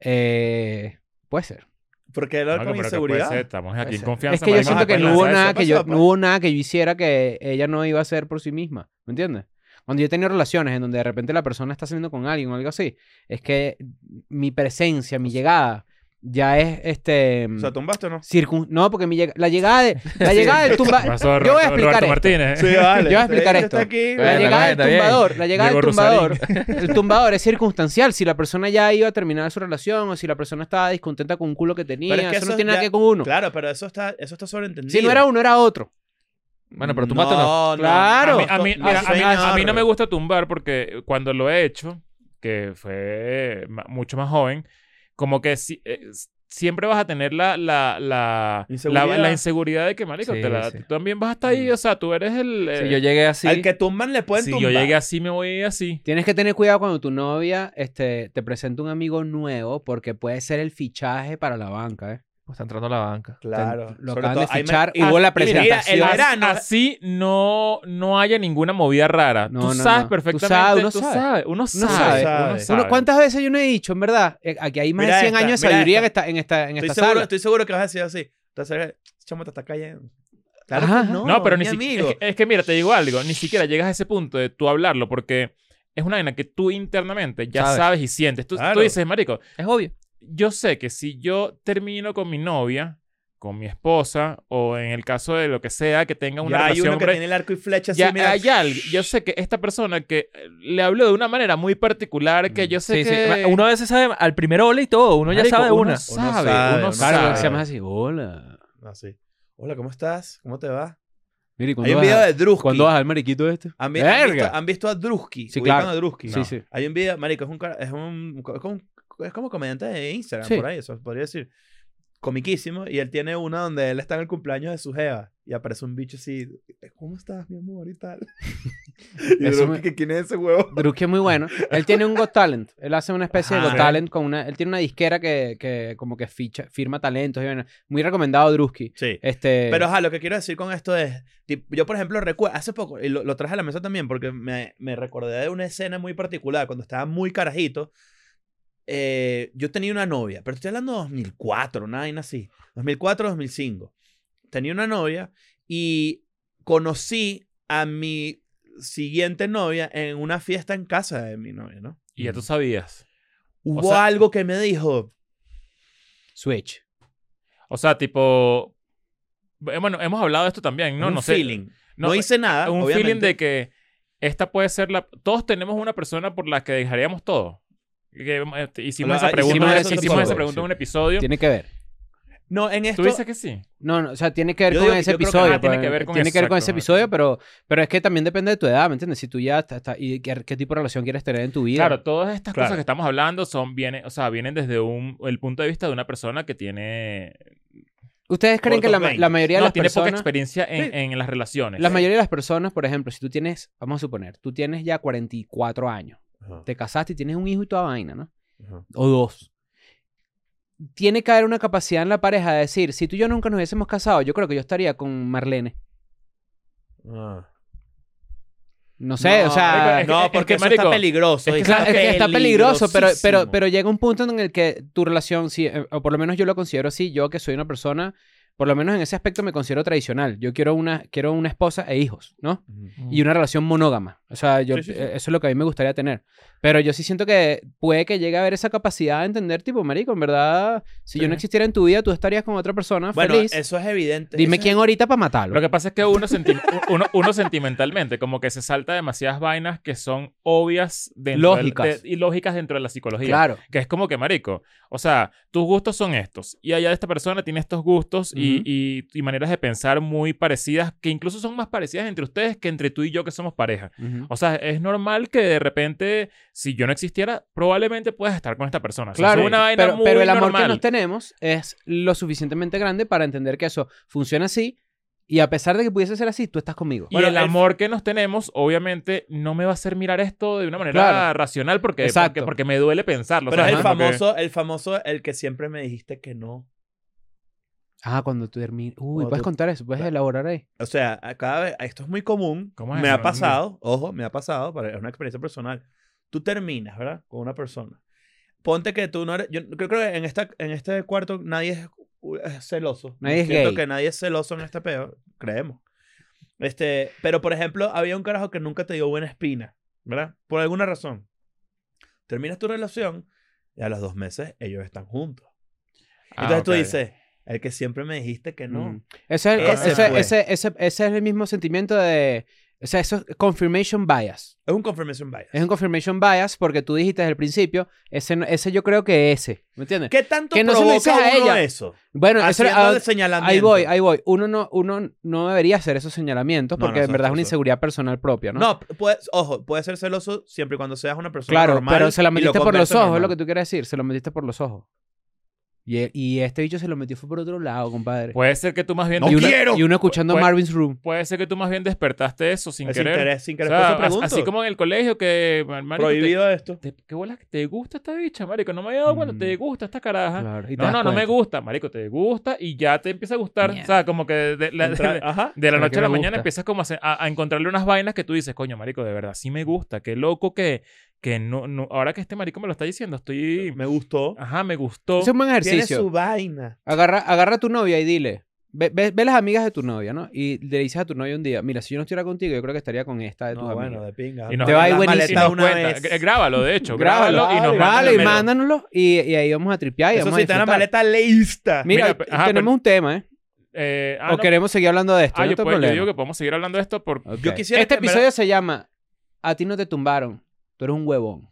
C: Eh, puede ser.
B: Porque lo
A: No,
B: con
A: pero que
B: inseguridad.
A: puede ser, estamos aquí
C: puede
A: en
C: ser.
A: confianza.
C: Es que yo
A: marico.
C: siento que
B: Vamos a
C: no hubo,
B: pensar,
C: nada
B: eso
C: que yo,
B: pasó,
C: no hubo nada que yo hiciera que ella no iba a hacer por sí misma. ¿Me entiendes? Cuando yo he tenido relaciones en donde de repente la persona está saliendo con alguien o algo así, es que mi presencia, mi llegada, ya es este.
B: O sea, ¿tumbaste o no?
C: circun- No, porque mi lleg- la llegada de. La llegada del tumba.
A: Pasó
C: Yo voy a
A: Roberto-
C: explicar
A: Roberto
C: esto.
A: Martínez.
B: Sí, vale.
C: Yo voy a explicar
B: Este
C: esto.
B: aquí,
C: La
D: Bueno,
B: vale.
C: llegada del
D: está bien.
C: tumbador, la llegada del
A: Diego
C: tumbador. El tumbador es circunstancial. Si la persona ya iba a terminar su relación o si la persona estaba descontenta con un culo que tenía,
B: Pero es que
C: eso, no
B: eso
C: tiene nada
B: ya-
C: que ver con uno.
B: Claro, pero eso está, eso está sobreentendido.
C: si no era uno, era otro.
D: Bueno, pero tumbaste o no.
A: A
C: Claro.
A: mí, a mí-
B: No,
A: mira, a mí- a
B: señor.
A: mí no me gusta tumbar porque cuando lo he hecho, que fue ma- mucho más joven, como que si- eh, s- siempre vas a tener la, la, la,
B: Inseguridad.
A: la- la inseguridad de que, marico,
D: Sí,
A: te la-
D: sí.
A: tú también vas
C: Mm.
A: hasta ahí. O sea, tú eres el... eh,
D: Si yo llegué así.
B: Al que tumban le pueden
A: si yo
B: tumbar.
A: llegué así, me voy así.
C: Tienes que tener cuidado cuando tu novia este, te presenta un amigo nuevo porque puede ser el fichaje para la banca, ¿eh?
D: Pues está entrando a la banca.
B: Claro.
C: Lo
B: Sobre
C: acaban
B: todo,
C: de
B: ahí me-
C: fichar,
B: y-
C: hubo
B: y
C: la
B: mira,
C: presentación.
B: el verano.
A: Así no, no haya ninguna movida rara.
C: No,
A: tú
C: no,
A: sabes
C: no. Tú sabes,
A: perfectamente.
C: uno
A: tú
C: sabe.
A: sabes, Uno sabe.
C: sabe.
A: uno
B: Uno-
A: sabe.
C: Uno- ¿Cuántas veces yo no he dicho, en verdad? Eh, Aquí hay más
B: Mira
C: de 100
B: esta,
C: años de
B: mira
C: sabiduría
B: esta.
C: que está en esta, en
B: Estoy
C: esta
B: seguro,
C: sala.
B: estoy seguro que vas a decir así. Entonces, chamo, te está cayendo. Claro
C: Ajá,
B: que
C: ajá.
B: no.
A: No, pero
B: Oh, mi
A: ni siquiera.
B: amigo.
A: Es que, es que mira, te digo algo. Ni siquiera llegas a ese punto de tú hablarlo porque es una vaina que tú internamente ya sabes,
D: Sabes.
A: y sientes. Tú, tú
B: Claro.
A: dices, Marico,
D: Es obvio.
A: yo sé que si yo termino con mi novia, con mi esposa o en el caso de lo que sea, que tenga una
B: ya hay
A: relación.
B: uno que
A: re-
B: tiene el arco y flecha
A: ya
B: así, mira.
A: hay algo. Yo sé que esta persona que eh, le habló de una manera muy particular
B: Mm.
A: que yo sé
D: Sí, sí.
A: que.
D: Ma- Uno a veces sabe al primer ole y todo. Uno ya
A: Marico,
D: sabe
A: uno
D: una.
A: sabe,
B: sabe,
A: uno
B: uno
A: sabe.
C: Claro,
B: sabe.
C: se llama así, hola.
B: Así. Ah, Hola, ¿cómo estás? ¿Cómo te va?
C: Mira, ¿y
B: Hay
C: cuándo
B: un
C: vas,
B: video
C: a-
B: de Drusky.
C: cuándo vas al mariquito este?
B: ¿Han, vi- han
C: ¡Verga!
B: visto, han visto a Drusky?
C: Sí,
B: Ubican
C: claro.
B: a Drusky.
C: Sí, sí.
B: Hay un video, marico, es un, cara- es un, es como, es como comediante de Instagram,
C: Sí.
B: por ahí, eso podría decir. Comiquísimo, y él tiene una donde él está en el cumpleaños de su jeva, y aparece un bicho así, ¿cómo estás, mi amor? y tal. y
C: Eso
B: yo,
C: me-
B: ¿qué- ¿quién es ese huevo?
C: Drusky es muy bueno. Él tiene un Got Talent. Él hace una especie de
B: Ajá.
C: Got Talent con una... Él tiene una disquera que, que como que ficha, firma talentos y vaina. Muy recomendado Drusky.
B: Sí.
C: Este...
B: Pero ajá, lo que quiero decir con esto es, tip- yo por ejemplo recuerdo, hace poco, y lo, lo traje a la mesa también porque me, me recordé de una escena muy particular, cuando estaba muy carajito, eh, yo tenía una novia, pero estoy hablando de 2004, una vaina así, 2004, 2005. Tenía una novia y conocí a mi siguiente novia en una fiesta en casa de mi novia, ¿no?
A: Y ya tú sabías.
B: Hubo
A: sea-
B: algo que me dijo,
C: Switch.
A: O sea, tipo. eh, Bueno, hemos hablado de esto también, ¿no?
B: un
A: no sé.
B: feeling. No, hice nada,
A: un
B: obviamente.
A: feeling de que esta puede ser la. Todos tenemos una persona por la que dejaríamos todo. Que, eh, te- hicimos
B: Hola,
A: esa
B: ah,
A: pregunta,
C: hicimos
A: en-
C: eso
A: hicimos
C: tampoco,
A: esa pregunta en
C: sí.
A: un episodio.
C: Tiene que ver.
B: No, en esto...
A: Tú dices que sí.
C: No, no, o sea, tiene que ver
B: Yo
C: con
B: digo que-
C: ese
B: yo creo que-
C: episodio.
A: ah, tiene
C: pues,
A: que ver con
C: tiene
A: eso,
C: que ver con ese
A: exacto,
C: episodio, pero, pero es que también depende de tu edad, ¿me entiendes? Si tú ya estás, estás- y qué, qué tipo de relación quieres tener en tu vida.
A: Claro, todas estas
B: Claro.
A: cosas que estamos hablando son vienen, o sea, vienen desde un, el punto de vista de una persona que tiene,
C: ¿Ustedes creen que la,
B: Cortos
C: la mayoría de
A: no,
C: las
A: tiene poca
C: personas...
A: experiencia en,
B: Sí.
A: en las relaciones.
C: La mayoría de las personas, por ejemplo, si tú tienes, vamos a suponer, tú tienes ya 44 años,
B: Ajá,
C: te casaste y tienes un hijo y toda vaina, ¿no?
B: ajá.
C: O dos. Tiene que haber una capacidad en la pareja de decir, si tú y yo nunca nos hubiésemos casado, yo creo que yo estaría con Marlene.
B: Ah.
C: No sé,
B: No,
C: o sea...
A: marico, es que-
B: no, porque
A: que,
B: eso
A: marico,
B: está peligroso.
A: es que
C: Claro, es que está peligroso, pero, pero, pero llega un punto en el que tu relación, sí, eh, o por lo menos yo lo considero así, yo que soy una persona, por lo menos en ese aspecto me considero tradicional. Yo quiero una, quiero una esposa e hijos, ¿no?
A: Mm.
C: Y una relación monógama. O sea, yo,
B: Sí, sí, sí.
C: eh, eso es lo que a mí me gustaría tener. Pero yo sí siento que puede que llegue a haber esa capacidad de entender, tipo, marico, en verdad, si yo no existiera en tu vida, tú estarías con otra persona
B: Bueno,
C: feliz.
B: eso es evidente.
C: Dime
B: Eso es-
C: quién ahorita para matarlo.
A: Lo que pasa es que uno, senti- uno, uno sentimentalmente, como que se salta demasiadas vainas que son obvias dentro del-
C: Lógicas.
A: de- y lógicas dentro de la psicología.
C: Claro.
A: Que es como que, marico, o sea, tus gustos son estos. Y allá de esta persona tiene estos gustos y y,
C: Ujú.
A: y- y maneras de pensar muy parecidas, que incluso son más parecidas entre ustedes que entre tú y yo que somos pareja.
C: Ujú.
A: O sea, es normal que de repente, si yo no existiera, probablemente puedas estar con esta persona. O sea,
C: Claro,
A: es una vaina
C: pero,
A: muy
C: pero el amor
A: normal.
C: que nos tenemos es lo suficientemente grande para entender que eso funciona así y a pesar de que pudiese ser así, tú estás conmigo.
A: Y
B: Bueno,
A: el
B: el-
A: amor que nos tenemos, obviamente, no me va a hacer mirar esto de una manera
C: Claro.
A: racional porque,
C: Exacto.
A: porque, porque me duele pensarlo.
B: Pero es
A: ¿sabes?
B: el
A: Como que-
B: famoso, el famoso, el que siempre me dijiste que no.
C: Ah, cuando tú terminas. Uy,
B: Cuando
C: puedes
B: tú-
C: contar eso, puedes
B: Claro.
C: elaborar ahí.
B: O sea, a cada vez, esto es muy común.
A: ¿Cómo es
B: me
A: eso?
B: ha pasado, ojo, me ha pasado, para- es una experiencia personal. Tú terminas, ¿verdad? Con una persona. Ponte que tú no eres, yo creo creo que en, esta, en este cuarto nadie es uh, es celoso.
C: Nadie es
B: Siento
C: gay.
B: que nadie es celoso en este peo, creemos. Este, pero por ejemplo, había un carajo que nunca te dio buena espina, ¿verdad? Por alguna razón. Terminas tu relación y a los dos meses ellos están juntos.
A: Ah,
B: Entonces
A: ok.
B: tú dices, el que siempre me dijiste que no.
C: Mm. Ese, es el,
B: Ese
C: ese-
B: fue.
C: ese- ese- ese es el mismo sentimiento de. O sea, eso es confirmation bias.
B: Es un confirmation bias.
C: Es un confirmation bias porque tú dijiste desde el principio, ese, no- ese yo creo que ese. ¿Me entiendes?
B: ¿Qué tanto
C: Que no se lo
B: provoca
C: dices a
B: uno
C: ella.
B: eso?
C: Bueno, eso,
B: Haciendo
C: ah,
B: de señalamiento.
C: ahí voy, ahí voy. Uno no, uno no debería hacer esos señalamientos
B: No, no,
C: porque
B: eso
C: en
B: es
C: verdad es una
B: absurdo.
C: inseguridad personal propia, ¿no?
B: ¿no? puedes, ojo, puedes ser celoso siempre y cuando seas una persona
C: claro,
B: normal.
C: pero se la
B: y
C: metiste por los
B: converses
C: ojos, es
B: normal.
C: lo que tú quieres decir. Se lo metiste por los ojos. Y, e- y este bicho se lo metió fue por otro lado, compadre.
A: Puede ser que tú más bien...
B: No
C: y, uno,
B: quiero.
C: y uno escuchando
A: Pu- puede-
C: Marvin's Room.
A: Puede ser que tú más bien despertaste eso sin
B: Es
A: querer.
B: interés, sin
A: O
B: querer.
A: sea,
B: por eso
A: as-
B: pregunto.
A: así como en el colegio que... mar- marico, te-
B: Prohibido esto.
A: te- ¿Qué bolas que te gusta esta bicha, marico? No me había dado cuenta.
C: Mm.
A: Te gusta esta caraja.
C: Claro, y te
A: No,
C: das
A: no, no me
C: cuenta.
A: gusta, marico. Te gusta y ya te empieza a gustar. O sea, como que de, de- la- de-
B: Entra- Ajá.
A: de la
C: ¿Para
A: noche
C: qué
A: a la
C: me
A: mañana
C: gusta?
A: empiezas como a, se- a- a encontrarle unas vainas que tú dices, coño, marico, de verdad, sí me gusta. Qué loco que, que no, no- Ahora que este marico me lo está diciendo, estoy...
B: Me gustó.
A: Ajá, me gustó.
C: Ese es un buen
B: Tiene
C: ejercicio.
B: su vaina.
C: Agarra, agarra a tu novia y dile. Ve, ve- ve las amigas de tu novia, ¿no? Y le dices a tu novia un día, mira, si yo no estuviera contigo, yo creo que estaría con esta de tus
B: No, bueno,
C: amigas.
B: de pinga.
A: Y nos-
C: Te va a ir
B: La
C: buenísimo.
A: Y
B: maleta
A: nos
B: una
A: cuenta.
B: vez.
A: Gr- Grábalo, de hecho.
C: Grábalo,
A: Grábalo, y nos
C: Vale,
A: mandas
C: y
A: el memo.
C: mándanoslo y, y ahí vamos a tripear y
B: Eso
C: vamos
B: sí,
C: a
B: está la
C: disfrutar.
B: maleta lista.
C: Mira,
A: Mira, pe- ajá,
C: tenemos
A: pero-
C: un tema, ¿eh?
A: Eh, ah,
C: o
A: no,
C: queremos seguir hablando de esto.
A: ah,
C: no
A: yo,
C: tengo
A: puedo- yo
C: problema.
A: digo que podemos seguir hablando de esto por...
C: Ok.
B: Yo quisiera
C: este
B: que en
C: episodio
B: verdad-
C: se llama A ti no te tumbaron, tú eres un huevón.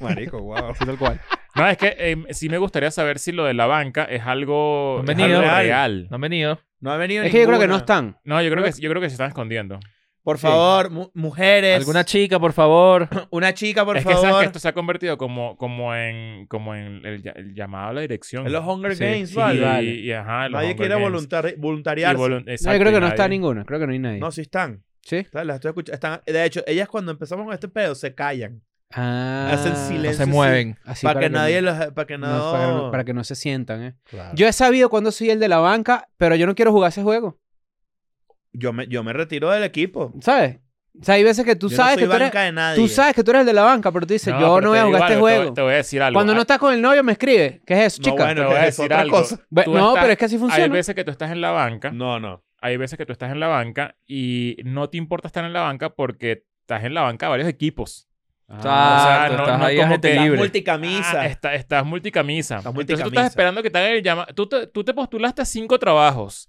B: Marico, wow.
C: Así tal cual.
A: no, es que eh, sí me gustaría saber si lo de la banca es algo, es
D: Bienvenido.
A: algo real.
D: No han venido.
B: No ha venido
C: Es que yo creo que no
B: ninguna.
C: están.
A: No, yo creo que yo creo que se están escondiendo.
B: Por favor, mu- mujeres.
D: Alguna chica, por favor.
B: Una chica, por
A: es que sabes que
B: favor.
A: esto se ha convertido como, como en, como en el, ll- el llamado a la dirección.
B: En los Hunger
A: Sí,
B: Games,
A: sí,
B: vale.
A: Y, y ajá, los
B: Nadie
A: Hunger
B: quiere
A: Games.
B: voluntari-
A: Y
B: voluntariarse.
A: volun-
C: No,
A: exacto,
C: yo creo
A: y
C: que no está
A: nadie-
C: ninguna. Creo que no hay nadie.
B: No, sí están.
C: ¿Sí?
B: Está- Las estoy escuchando. Están, de hecho, ellas cuando empezamos con este pedo se callan.
C: Ah.
B: Hacen
D: No
B: silencio.
D: se
B: sí.
D: mueven.
C: Así
B: para, que, nadie
C: no-
B: los. Para que no.
C: no, para, que no- para que no se sientan, ¿eh?
B: Claro. Yo,
C: Yo he sabido cuándo soy el de la banca, pero yo no quiero jugar ese juego.
B: me, yo me retiro del equipo.
C: ¿Sabes? O sea, hay veces que tú
B: Yo no
C: sabes que
B: soy
C: tú eres,
B: banca de nadie.
C: tú sabes que tú eres el de la banca, pero tú dices,
A: No,
C: yo
A: pero
C: no
A: te
C: voy a
A: digo
C: jugar este
A: algo, te-
C: juego.
A: Te voy a decir algo.
C: Cuando no
A: Ah,
C: estás con el novio, me escribe. ¿Qué es eso,
B: No,
C: chica?
B: bueno,
A: te
B: que
A: voy a
B: es
A: decir
B: otra
A: algo.
B: cosa.
C: Ve-
A: tú
C: no,
A: estás-
C: pero es que así funciona.
A: Hay veces que tú estás en la banca,
B: No, no.
A: hay veces que tú estás en la banca y no te importa estar en la banca porque estás en la banca de varios equipos.
D: Ah,
A: o sea, no-
D: estás
A: no
D: ahí
A: como
D: a gente
A: que-
D: libre.
B: Multicamisa.
A: Ah, está- estás multicamisa.
B: Estás
A: Entonces tú
B: multicamisa.
A: estás esperando que te hagan el llamado. Tú te, tú te postulaste a cinco trabajos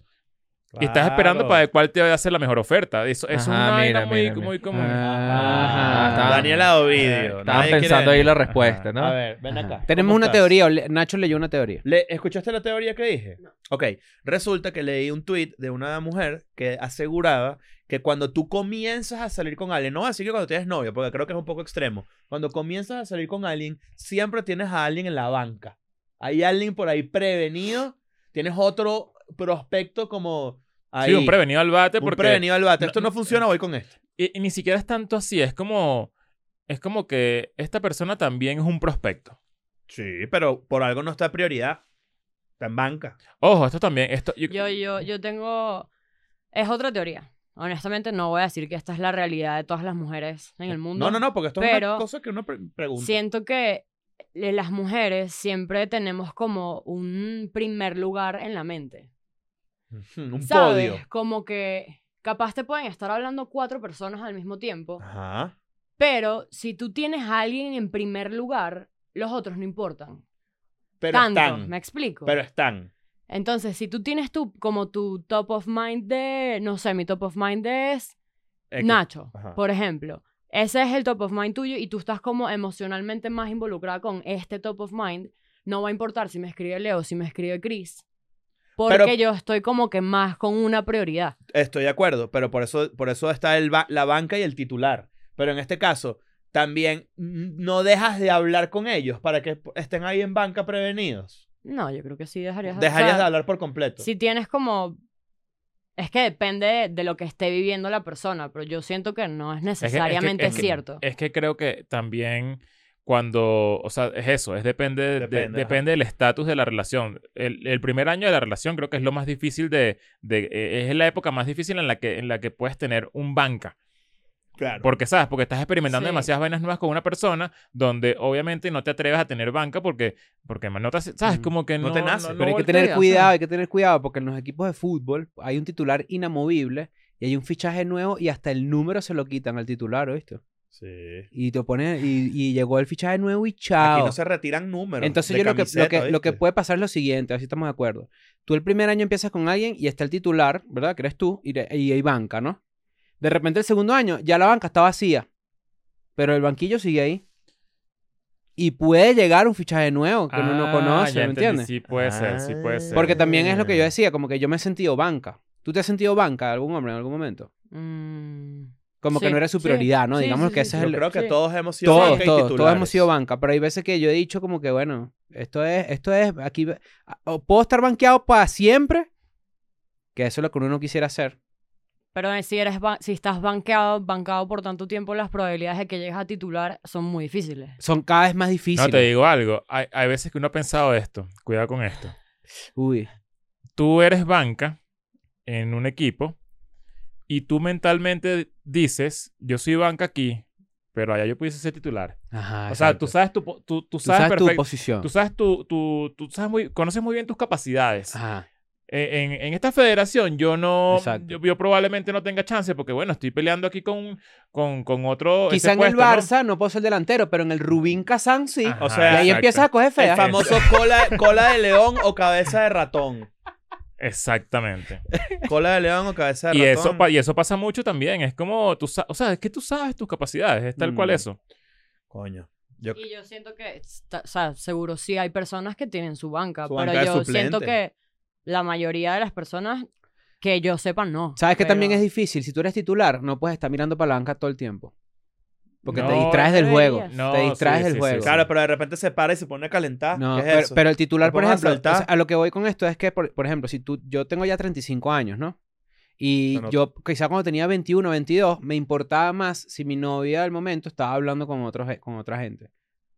A: y estás esperando
B: Claro.
A: para ver cuál te va a hacer la mejor oferta. Eso, eso es
D: Ajá,
A: una vaina
D: mira,
A: muy,
D: mira, mira.
A: muy común.
C: Ajá.
D: Ah, está.
B: Daniela Ovidio.
D: Estaban
B: nadie quiere
D: pensando ahí
B: venir.
D: la respuesta,
B: A
D: ¿no?
B: ver, ven
C: Ajá.
B: acá.
C: Tenemos
B: ¿Cómo
C: una
B: estás?
C: teoría. o le- Nacho leyó una teoría.
B: Le- ¿Escuchaste la teoría que dije? Ok, resulta que leí un tweet de una mujer que aseguraba que cuando tú comienzas a salir con alguien, no voy a decir que cuando tienes novio, porque creo que es un poco extremo, cuando comienzas a salir con alguien, siempre tienes a alguien en la banca. Hay alguien por ahí prevenido, tienes otro prospecto como ahí.
A: Sí, un prevenido al bate
B: Un
A: porque
B: prevenido al bate.
A: no-
B: Esto no eh, funciona, voy con esto.
A: y, y ni siquiera es tanto así, es como es como que esta persona también es un prospecto.
B: Sí, pero por algo no está prioridad. Está en banca.
A: Ojo, esto también esto yo-
E: Yo, yo, yo tengo. Es otra teoría. Honestamente, no voy a decir que esta es la realidad de todas las mujeres en el mundo.
B: No, no, no, porque esto es una
E: Pero-
B: cosa que uno pre- pregunta.
E: Siento que le- las mujeres siempre tenemos como un primer lugar en la mente.
B: Hmm, Un
E: ¿Sabes?
B: podio.
E: Como que capaz te pueden estar hablando cuatro personas al mismo tiempo,
B: Ajá.
E: pero si tú tienes a alguien en primer lugar, los otros no importan.
B: Pero
E: Tanto,
B: están.
E: me explico.
B: Pero están.
E: Entonces, si tú tienes tu, como tu top of mind de, no sé, mi top of mind es
B: X.
E: Nacho,
B: Ajá.
E: por ejemplo. Ese es el top of mind tuyo y tú estás como emocionalmente más involucrada con este top of mind. No va a importar si me escribe Leo, si me escribe Chris. Porque
B: Pero-
E: yo estoy como que más con una prioridad.
B: Estoy de acuerdo, pero por eso, por eso está el ba- la banca y el titular. Pero en este caso, también mm, no dejas de hablar con ellos para que p- estén ahí en banca prevenidos.
E: No, yo creo que sí dejarías, o
B: Dejarías
E: sea,
B: de hablar por completo.
E: Si tienes como... Es que depende de, de lo que esté viviendo la persona, pero yo siento que no es
A: Es que- es que-
E: necesariamente
A: es que-
E: cierto.
A: Es que creo que también cuando, o sea, es eso, es depende, de-
B: Depende, ajá.
A: depende del estatus de la relación. El, el primer año de la relación creo que es lo más difícil de, de- eh, es la época más difícil en la que, en la que puedes tener un banca.
B: Claro.
A: Porque, ¿sabes? Porque estás experimentando
E: Sí.
A: demasiadas vainas nuevas con una persona donde obviamente no te atreves a tener banca porque, porque man, no te hace- ¿sabes?
C: Mm.
A: Como que no,
B: No te nace.
A: no
C: Pero hay que
A: volteas,
C: tener
A: ¿sabes?
C: cuidado, hay que tener cuidado, porque en los equipos de fútbol hay un titular inamovible y hay un fichaje nuevo y hasta el número se lo quitan al titular, ¿oíste?
B: Sí.
C: Y te ponen, y, y llegó el fichaje nuevo y
B: Aquí
C: chao.
B: no se retiran números.
C: Entonces
B: de
C: yo lo que, lo,
B: camiseta,
C: que, lo que
B: ¿viste?
C: puede pasar es lo siguiente, así estamos de acuerdo. Tú el primer año empiezas con alguien y está el titular, ¿verdad? Que eres tú, y, de- y hay banca, ¿no? De repente el segundo año ya la banca está vacía, pero el banquillo sigue ahí. Y puede llegar un fichaje nuevo que uno no
A: Ah,
C: conoce,
A: ya
C: ¿me
A: entendí.
C: entiendes?
A: Sí, puede ser, sí puede
B: Ah.
A: ser.
C: Porque también es lo que yo
B: Ah.
C: decía, como que yo me he sentido banca. ¿Tú te has sentido banca de algún hombre en algún momento?
E: Mm.
C: Como que
E: Sí,
C: no era su
E: sí,
C: prioridad, ¿no?
E: sí,
C: Digamos
E: sí,
C: que
E: sí.
C: ese es
B: Yo
C: el...
B: creo que
E: sí.
B: todos hemos sido
C: Todos,
B: banca y
C: todos, todos hemos
B: titulares.
C: sido banca, pero hay veces que yo he dicho como que, bueno, esto es, esto es, aquí, o puedo estar banqueado para siempre, que eso es lo que uno no quisiera hacer.
E: Pero eh, si, eres ba- si estás banqueado, bancado por tanto tiempo, las probabilidades de que llegues a titular son muy difíciles.
C: Son cada vez más difíciles.
A: No, te digo algo. Hay, hay veces que uno ha pensado esto. Cuidado con esto.
C: Uy,
A: tú eres banca en un equipo y tú mentalmente dices, yo soy banca aquí, pero allá yo pudiese ser titular.
C: ajá.
A: o sea,
C: exacto.
A: tú sabes tu, po- tú, tú
C: Tú
A: sabes
C: sabes tu
A: perfecto-
C: posición.
A: tú sabes tu, tu- tú sabes muy, conoces muy bien tus capacidades.
C: Ajá.
A: Eh, En, en esta federación yo no,
C: Exacto.
A: yo, yo probablemente no tenga chance porque bueno, estoy peleando aquí con, con, con otro.
C: Quizá
A: ese
C: en el
A: puesto, ¿no?
C: Barça ¿no? puedo ser delantero, pero en el Rubín Kazán sí.
A: Ajá,
B: o sea,
C: y ahí
A: exacto.
C: empiezas a coger
B: El
C: fea.
B: famoso cola, cola de león o cabeza de ratón.
A: Exactamente.
B: Cola de león o cabeza de
A: Y
B: ratón.
A: eso, pa- y eso pasa mucho también. Es como, tú, sa- o sea, es que tú sabes tus capacidades, es tal cual
B: Mm.
A: eso.
B: Coño. Yo-
E: Y yo siento que, está- o sea, seguro sí hay personas que tienen su banca,
B: Su
E: pero
B: banca de
E: yo siento
B: suplente.
E: que la mayoría de las personas que yo sepa no.
C: ¿Sabes que
E: Pero-
C: también es difícil? Si tú eres titular, no puedes estar mirando para la banca todo el tiempo. Porque te
A: No,
C: distraes del
E: no
C: juego.
E: deberías.
A: No,
C: te distraes
A: sí,
C: del
A: sí, sí,
C: juego.
A: sí.
B: Claro, pero de repente se para y se pone a calentar.
C: No,
B: Ah, ¿Qué es
C: pero,
B: eso?
C: pero el titular,
B: ¿Lo
C: por
B: podemos
C: ejemplo, o sea,
B: asaltar?
C: a lo que voy con esto es que, por, por ejemplo, si tú, yo tengo ya 35 años, ¿no? Y
B: Se nota.
C: yo quizá cuando tenía 21, 22, me importaba más si mi novia del momento estaba hablando con, otros, con otra gente.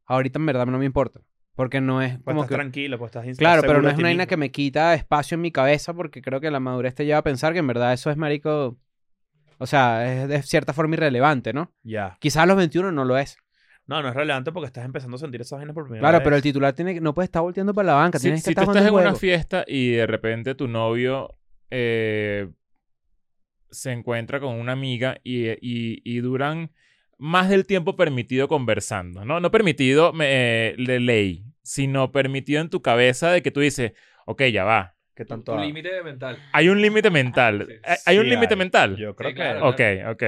C: Ahorita en verdad no me importa, porque no es
B: Pues
C: como
B: estás
C: que...
B: tranquilo, pues estás ins-
C: Claro,
B: seguro
C: pero no
B: de
C: es
B: ti
C: una vaina
B: mismo.
C: que me quita espacio en mi cabeza porque creo que la madurez te lleva a pensar que en verdad eso es marico... O sea, es de cierta forma irrelevante, ¿no?
B: Ya.
C: Quizás a los 21 no lo es.
B: No, no es relevante porque estás empezando a sentir esas vainas por primera
C: Claro,
B: vez.
C: pero el titular tiene que- no puede estar volteando para la banca.
A: Si,
C: tienes que
A: si tú
C: estar jugando
A: estás
C: el
A: en una
C: juego.
A: fiesta y de repente tu novio eh, se encuentra con una amiga y, y- y duran más del tiempo permitido conversando, ¿no? No permitido me- eh, de ley, sino permitido en tu cabeza de que tú dices, ok, ya va.
B: ¿Qué
F: Tu,
B: tanto
F: tu
B: ha-
F: límite mental.
A: Hay un límite mental.
F: Sí.
A: Hay- Hay un
B: Sí,
A: límite
B: hay.
A: mental.
B: Yo creo
F: Sí,
B: que...
F: claro.
A: Ok, ok.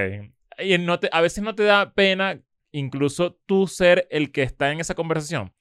A: Y no te- a veces no te da pena incluso tú ser el que está en esa conversación.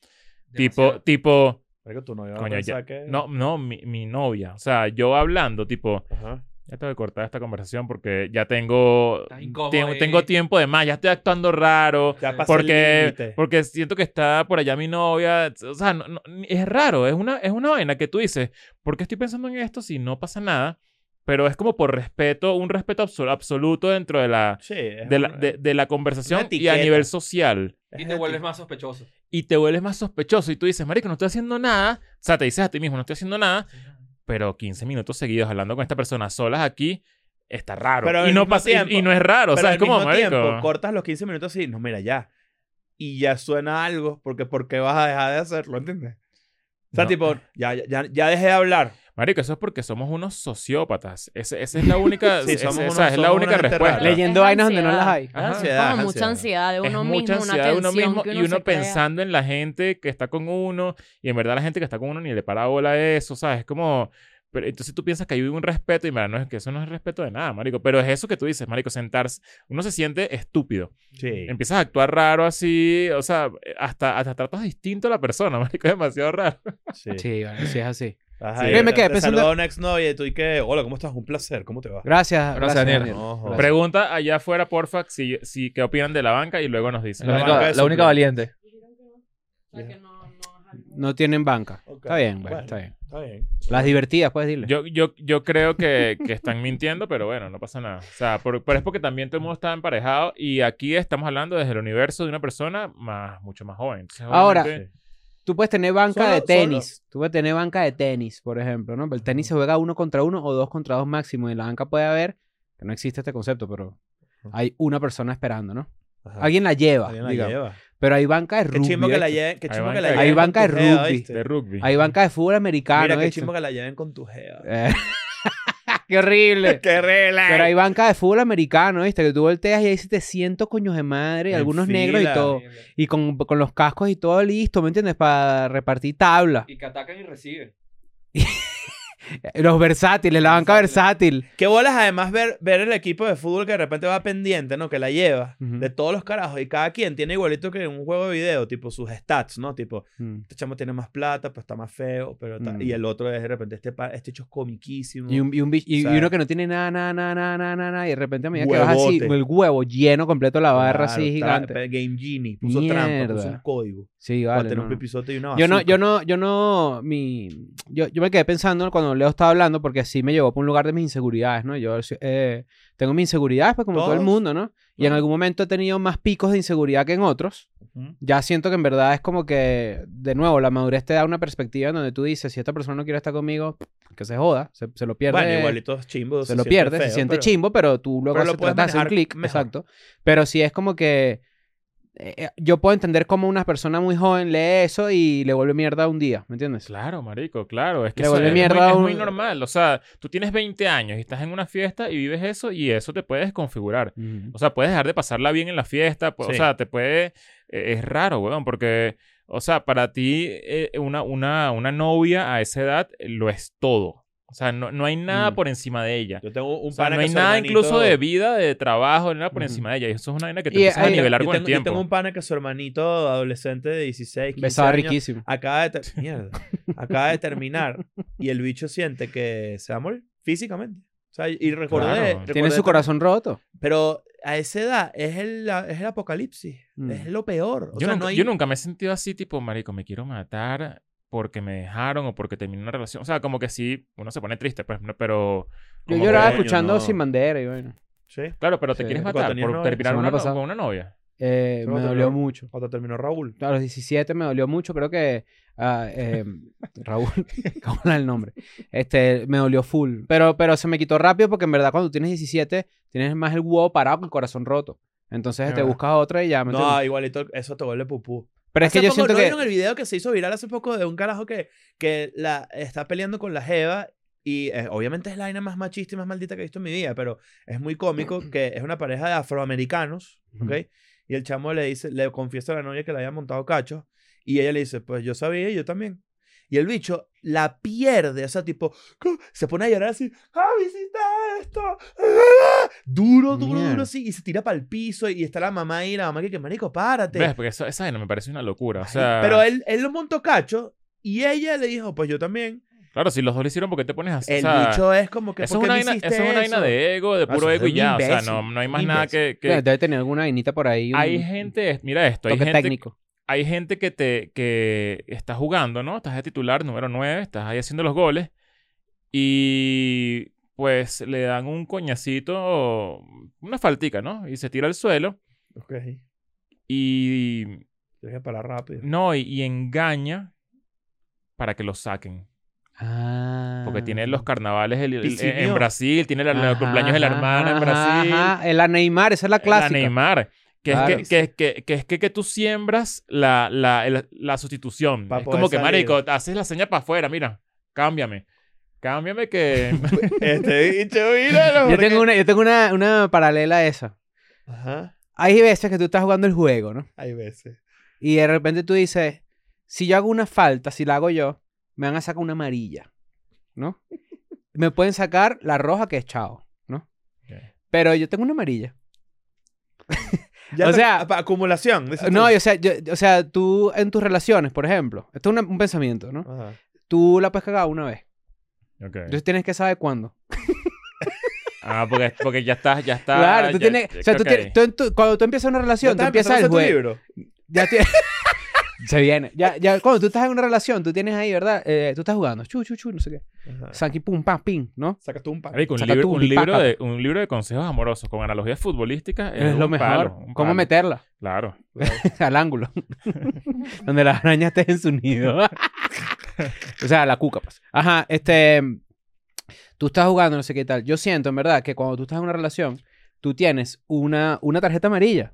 A: Tipo,
F: Demasiado.
A: tipo,
B: Marico, tu novio va a
A: Coño, ya-
B: pensar que-
A: No, no, mi, mi novia. O sea, yo hablando, tipo,
B: Ajá.
A: ya tengo que cortar esta conversación porque ya tengo.
F: Está incómodo
A: tengo-
F: ahí. eh".
A: tengo tiempo de más, ya estoy actuando raro.
B: Ya pasó el
A: Porque,
B: límite.
A: porque siento que está por allá mi novia. O sea, no- no- ni- es raro. Es una, es una vaina que tú dices, ¿por qué estoy pensando en esto si no pasa nada? Pero es como por respeto, un respeto absol- absoluto dentro de la,
B: Sí, es
A: de la,
B: un-
A: de- de la conversación y a
B: etiqueta.
A: nivel social
B: es
F: Y
B: de
F: te
B: ti.
F: vuelves más sospechoso.
A: y te vuelves más sospechoso y tú dices, marico, no estoy haciendo nada. O sea, te dices a ti mismo, no estoy haciendo nada, pero 15 minutos seguidos hablando con esta persona solas aquí está raro.
B: Pero al
A: y, no
B: mismo
A: pasa, y-
B: tiempo-
A: y, no es raro, o
B: Pero
A: sea,
B: al
A: es como,
B: mismo tiempo,
A: marico.
B: cortas los 15 minutos y no, mira, ya. Y ya suena algo, porque ¿por qué vas a dejar de hacerlo? ¿Entiendes? O sea,
A: No.
B: tipo, ya, ya- ya, ya dejé de hablar.
A: Marico, eso es porque somos unos sociópatas. Ese- esa es la única,
B: Sí,
A: ese- esa
B: somos unos-
A: es la
B: somos
A: única
B: una gente
A: respuesta.
B: rara.
C: Leyendo
E: Es
C: vainas donde no
E: ansiedad.
C: las hay.
A: Ajá.
E: Es
B: Ansiedad,
E: como mucha ansiedad de
A: Es
E: uno
A: mucha
E: mismo,
A: ansiedad de
E: una
A: uno
E: tensión
A: mismo
E: que
A: y uno
E: se crea.
A: pensando en la gente que está con uno y en verdad la gente que está con uno ni le para bola a eso, ¿sabes? Es como... Pero entonces tú piensas que hay un respeto y mira, no es que eso no es respeto de nada, marico. Pero es eso que tú dices, marico, sentarse... Uno se siente estúpido.
B: Sí.
A: Empiezas a actuar raro así, o sea, hasta, hasta tratas distinto a la persona, marico. Es demasiado raro.
B: Sí.
C: Sí, bueno, sí es así.
B: Ajá,
A: Sí.
B: y
A: Ve,
C: me
B: te-
C: quedé
B: te
C: pensando-
B: Saluda un exnovio y tú y que, hola, ¿cómo estás? Un placer, ¿cómo te va?
C: Gracias, gracias,
D: Daniel.
C: Daniel.
B: No, joder.
A: Pregunta allá afuera, porfa, si, si qué opinan de la banca y luego nos dicen.
D: La,
B: La banca
D: única,
B: de
D: la única
B: suplentes.
D: valiente.
C: No tienen banca.
B: Ok,
C: Está bien, bueno,
B: bueno.
C: está bien.
B: Está bien.
C: Las divertidas, pues, puedes decirle.
A: Yo, yo, yo creo que, que están mintiendo, pero bueno, no pasa nada. O sea, por- pero es porque también todo el mundo está emparejado y aquí estamos hablando desde el universo de una persona más, mucho más joven. Entonces,
C: Ahora,
A: obviamente,
C: Tú puedes tener banca
B: Solo-
C: de tenis. Tú puedes tener banca de tenis, por ejemplo, ¿no? Pero el tenis se juega uno contra uno o dos contra dos máximo. Y en la banca puede haber, que no existe este concepto, pero hay una persona esperando, ¿no?
B: Ajá.
C: Alguien la lleva,
B: Alguien la
C: digamos.
B: lleva.
C: Pero hay banca de
B: Qué
C: rugby.
B: chimbo que la
C: ¿viste?
B: lleven, qué
A: Hay
B: chimbo que
A: banca
B: la
A: de-
B: lleven.
C: Hay banca
B: con
C: de
B: tu jeva,
C: rugby.
B: ¿viste?
A: de rugby.
C: Hay banca de fútbol americano.
B: Mira, qué
C: ¿viste?
B: chimbo que la lleven con tu jeva.
C: Eh, ¡Qué horrible!
B: Qué relax.
C: Pero hay banca de fútbol americano, ¿viste? Que tú volteas y ahí se te cientos coños de madre, y
B: En
C: algunos negros y
B: fila.
C: todo. Y con, con los cascos y todo listo, ¿me entiendes? Para repartir tabla.
D: Y que atacan y reciben.
C: Eh, Los versátiles, la banca versátil.
B: Qué bolas además ver, ver el equipo de fútbol que de repente va pendiente, ¿no? Que la lleva.
C: Ujú.
B: De todos los carajos. Y cada quien tiene igualito que en un juego de video, tipo sus stats, ¿no? Tipo,
C: Mm.
B: este chamo tiene más plata, pero está más feo. pero está-
C: Mm.
B: Y el otro es de repente, este, pa- este hecho es comiquísimo.
C: Y, un, y, un bich- y-
B: O sea,
C: y uno que no tiene nada, nada, nada, nada, nada, nada, nada, Y de repente a medida que vas así,
B: Huevote.
C: el huevo lleno completo la barra
B: Claro,
C: así
B: está-
C: gigante.
B: Game Genie. Puso trampa, puso un
C: Mierda.
B: código.
C: Sí,
B: Para
C: vale.
B: tener un
C: no.
B: pipizote y una
C: Yo no,
B: bazooka.
C: yo no, yo no, mi, yo, yo me quedé pensando cuando Leo estaba hablando porque así me llevó por un lugar de mis inseguridades, ¿no? Yo eh, tengo mis inseguridades pues como todo el
B: Todos.
C: mundo, ¿no? Y en
B: Claro.
C: algún momento he tenido más picos de inseguridad que en otros.
B: Ujú.
C: Ya siento que en verdad es como que, de nuevo, la madurez te da una perspectiva en donde tú dices, si esta persona no quiere estar conmigo, que se joda, se, se lo pierde.
B: Bueno, igualito es chimbo.
C: se, lo pierde, se
B: feo,
C: siente
B: pero-
C: chimbo, pero tú luego
B: pero lo
C: se
B: puedes
C: trata de hacer un
B: manejar
C: clic,
B: mejor.
C: exacto. Pero si es como que eh, eh, yo puedo entender cómo una persona muy joven lee eso y le vuelve mierda un día, ¿me entiendes?
A: Claro, marico, claro. Es que
C: Le
A: eso
C: vuelve
A: es,
C: mierda
A: muy, es
C: un-
A: muy normal. O sea, tú tienes 20 años y estás en una fiesta y vives eso y eso te puede desconfigurar.
C: Ujú.
A: O sea, puedes dejar de pasarla bien en la fiesta. pu- O
B: Sí.
A: sea, te puede... eh, es raro, weón, porque... O sea, para ti eh, una, una, una novia a esa edad eh, lo es todo. O sea, no, no hay nada
C: Mm.
A: por encima de ella.
B: Yo tengo un
A: O sea,
B: pana
A: no
B: que
A: hay
B: su
A: nada
B: hermanito-
A: incluso de vida, de trabajo, ni nada por
C: Ujú.
A: encima de ella. Y eso es una vaina que te
C: Y
A: empiezas a
C: hay-
A: nivelar
B: yo
A: con
B: tengo,
A: el
B: yo
A: tiempo.
B: tengo un pana que su hermanito adolescente de 16, 15
C: Besaba
B: años,
C: riquísimo.
B: acaba de, ter- mierda, acaba de terminar y el bicho siente que se va a morir físicamente. O sea, y recordé...
A: Claro.
B: recordé
C: Tiene su
B: tam-
C: corazón roto.
B: Pero a esa edad es el, la- es el apocalipsis.
C: Mm.
B: Es lo peor. O
A: Yo,
B: sea,
A: nunca,
B: no hay...
A: yo nunca me he sentido así, tipo, marico, me quiero matar porque me dejaron o porque terminé una relación. O sea, como que sí, uno se pone triste, pues, no- pero...
C: Yo
A: como
C: lloraba
A: que-
B: coño,
C: escuchando
B: no.
C: Sin Bandera y bueno.
B: Sí.
A: Claro, pero te
C: Sí.
A: quieres
B: Cuando
A: matar
B: tenías
A: por
B: novia.
A: terminar
C: Semana
A: una, no-
C: pasada.
A: con una novia.
C: Eh,
B: Solo
C: me
B: te
C: dolió
B: dolor.
C: mucho.
B: Cuando terminó Raúl.
C: A los 17 me dolió mucho, creo que ah, eh, Raúl, ¿cómo era el nombre? Este, me dolió full. Pero, pero se me quitó rápido porque en verdad cuando tienes 17 tienes más el huevo parado que el corazón roto. Entonces
A: Es
C: te
A: verdad.
C: buscas otra y ya me entiendes?
B: No, igualito eso te vuelve pupú.
C: Pero es que
B: Hace
C: yo
B: poco,
C: siento
B: ¿no
C: que.
B: vieron el video que se hizo viral hace poco de un carajo que, que la, está peleando con la Jeva? Y eh, obviamente es la vaina más machista y más maldita que he visto en mi vida, pero es muy cómico que es una pareja de afroamericanos, ¿ok?
C: Ujú.
B: Y el chamo le dice, le confiesa a la novia que le había montado cacho. Y ella le dice, pues yo sabía y yo también. Y el bicho la pierde, o sea, tipo, ¿cómo? se pone a llorar así, ¡ah, visita esto! ¡Ah! Duro, duro,
C: Mierda.
B: duro, sí. Y se tira para el piso y está la mamá ahí, la mamá que, que marico, párate.
A: ¿Ves? Porque eso- esa vaina me parece una locura. O sea,
B: Pero él, él lo montó cacho y ella le dijo, pues yo también.
A: claro, si los dos lo hicieron, ¿por qué te pones así? O
B: El
A: sea,
B: bicho es como que,
A: eso
B: ¿por
A: es
B: qué
A: una
B: me
A: vaina,
B: hiciste
A: eso es una vaina de ego, de
B: Ah,
A: puro
B: eso
A: ego y
B: es un
A: ya. o
B: imbécil,
A: sea, no, no hay
B: un
A: más nada que... que-
C: Bueno, Debe tener alguna vainita por ahí. Un
A: Hay gente, mira esto, hay
C: toque
A: gente,
C: técnico.
A: hay gente que te que está jugando, ¿no? Estás de titular número 9, estás ahí haciendo los goles y pues le dan un coñacito, una faltica, ¿no? Y se tira al suelo
B: Ok,
A: y
B: tienes que parar rápido.
A: no y, y engaña para que lo saquen,
C: Ah.
A: porque tiene los carnavales el- el-
B: Pisineo.
A: en Brasil, tiene la- los
C: Ajá,
A: cumpleaños de la
C: Ah, ajá,
A: hermana en
C: ajá,
A: Brasil.
C: ajá. El Neymar, esa es la
A: La
C: clásica.
A: Neymar. Que,
C: Claro.
A: es que, que, que, que es que, que tú siembras la, la, el- la sustitución.
B: Pa
A: es
B: poder
A: como que,
B: salir.
A: marico, haces la seña para afuera, mira, cámbiame. Cámbiame que...
B: este bicho, míralo.
C: Yo
B: porque-
C: tengo, una, yo tengo una, una paralela a esa.
B: Ajá,
C: Hay veces que tú estás jugando el juego, ¿no?
B: hay veces.
C: Y de repente tú dices, si yo hago una falta, si la hago yo, me van a sacar una amarilla, ¿no? me pueden sacar la roja que es chao, ¿no?
A: Ok.
C: Pero yo tengo una amarilla.
B: Ya
C: O
B: te-
C: sea-
B: pa- acumulación. dices
C: No,
B: tú.
C: o sea, yo- o sea, tú en tus relaciones, por ejemplo, esto es una- un pensamiento, ¿no?
B: Ajá.
C: Tú la puedes cagar una vez.
A: Ok.
C: Entonces tienes que saber cuándo.
A: Ah, porque, porque ya estás, ya
B: Ah,
A: estás.
C: claro, tú
A: ya-
C: tienes,
A: ya-
C: o sea, tú
A: ok.
C: tienes- tú en tu- cuando tú empiezas una
B: ¿Ya
C: relación, tú
B: estás
C: empiezas el
B: empezando a hacer
C: juego.
B: tu libro?
C: Ya tie- Se viene. Ya, ya, cuando tú estás en una relación, tú tienes ahí, ¿verdad? Eh, tú estás jugando, chu, chu, chu, no sé qué.
B: Ajá.
C: Sanki, pum, pam, ping, ¿no?
B: Sacas tú un pack.
A: Marico, un,
C: Saca
A: libro,
C: tu
A: un,
C: bipaca.
A: libro de, un libro de consejos amorosos con analogías futbolísticas es,
C: Es lo
A: Eh, un
C: mejor.
A: palo, un
C: ¿Cómo
A: palo.
C: meterla?
A: Claro.
C: Al ángulo. Donde la araña esté en su nido. o sea, la cuca, pues. Ajá, este. Tú estás jugando, no sé qué tal. Yo siento, en verdad, que cuando tú estás en una relación, tú tienes una, una tarjeta amarilla.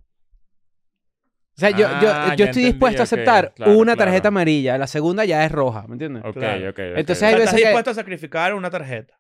C: O sea, yo, yo-
A: Ah,
C: yo
A: ya
C: estoy
A: entendí,
C: dispuesto a
A: ok,
C: aceptar
A: claro,
C: una tarjeta
A: claro.
C: amarilla. La segunda ya es roja, ¿me entiendes?
A: Ok, ok,
B: Claro.
A: ok.
C: Entonces
B: O sea,
C: hay
B: estás
C: veces que-
B: dispuesto a sacrificar una tarjeta.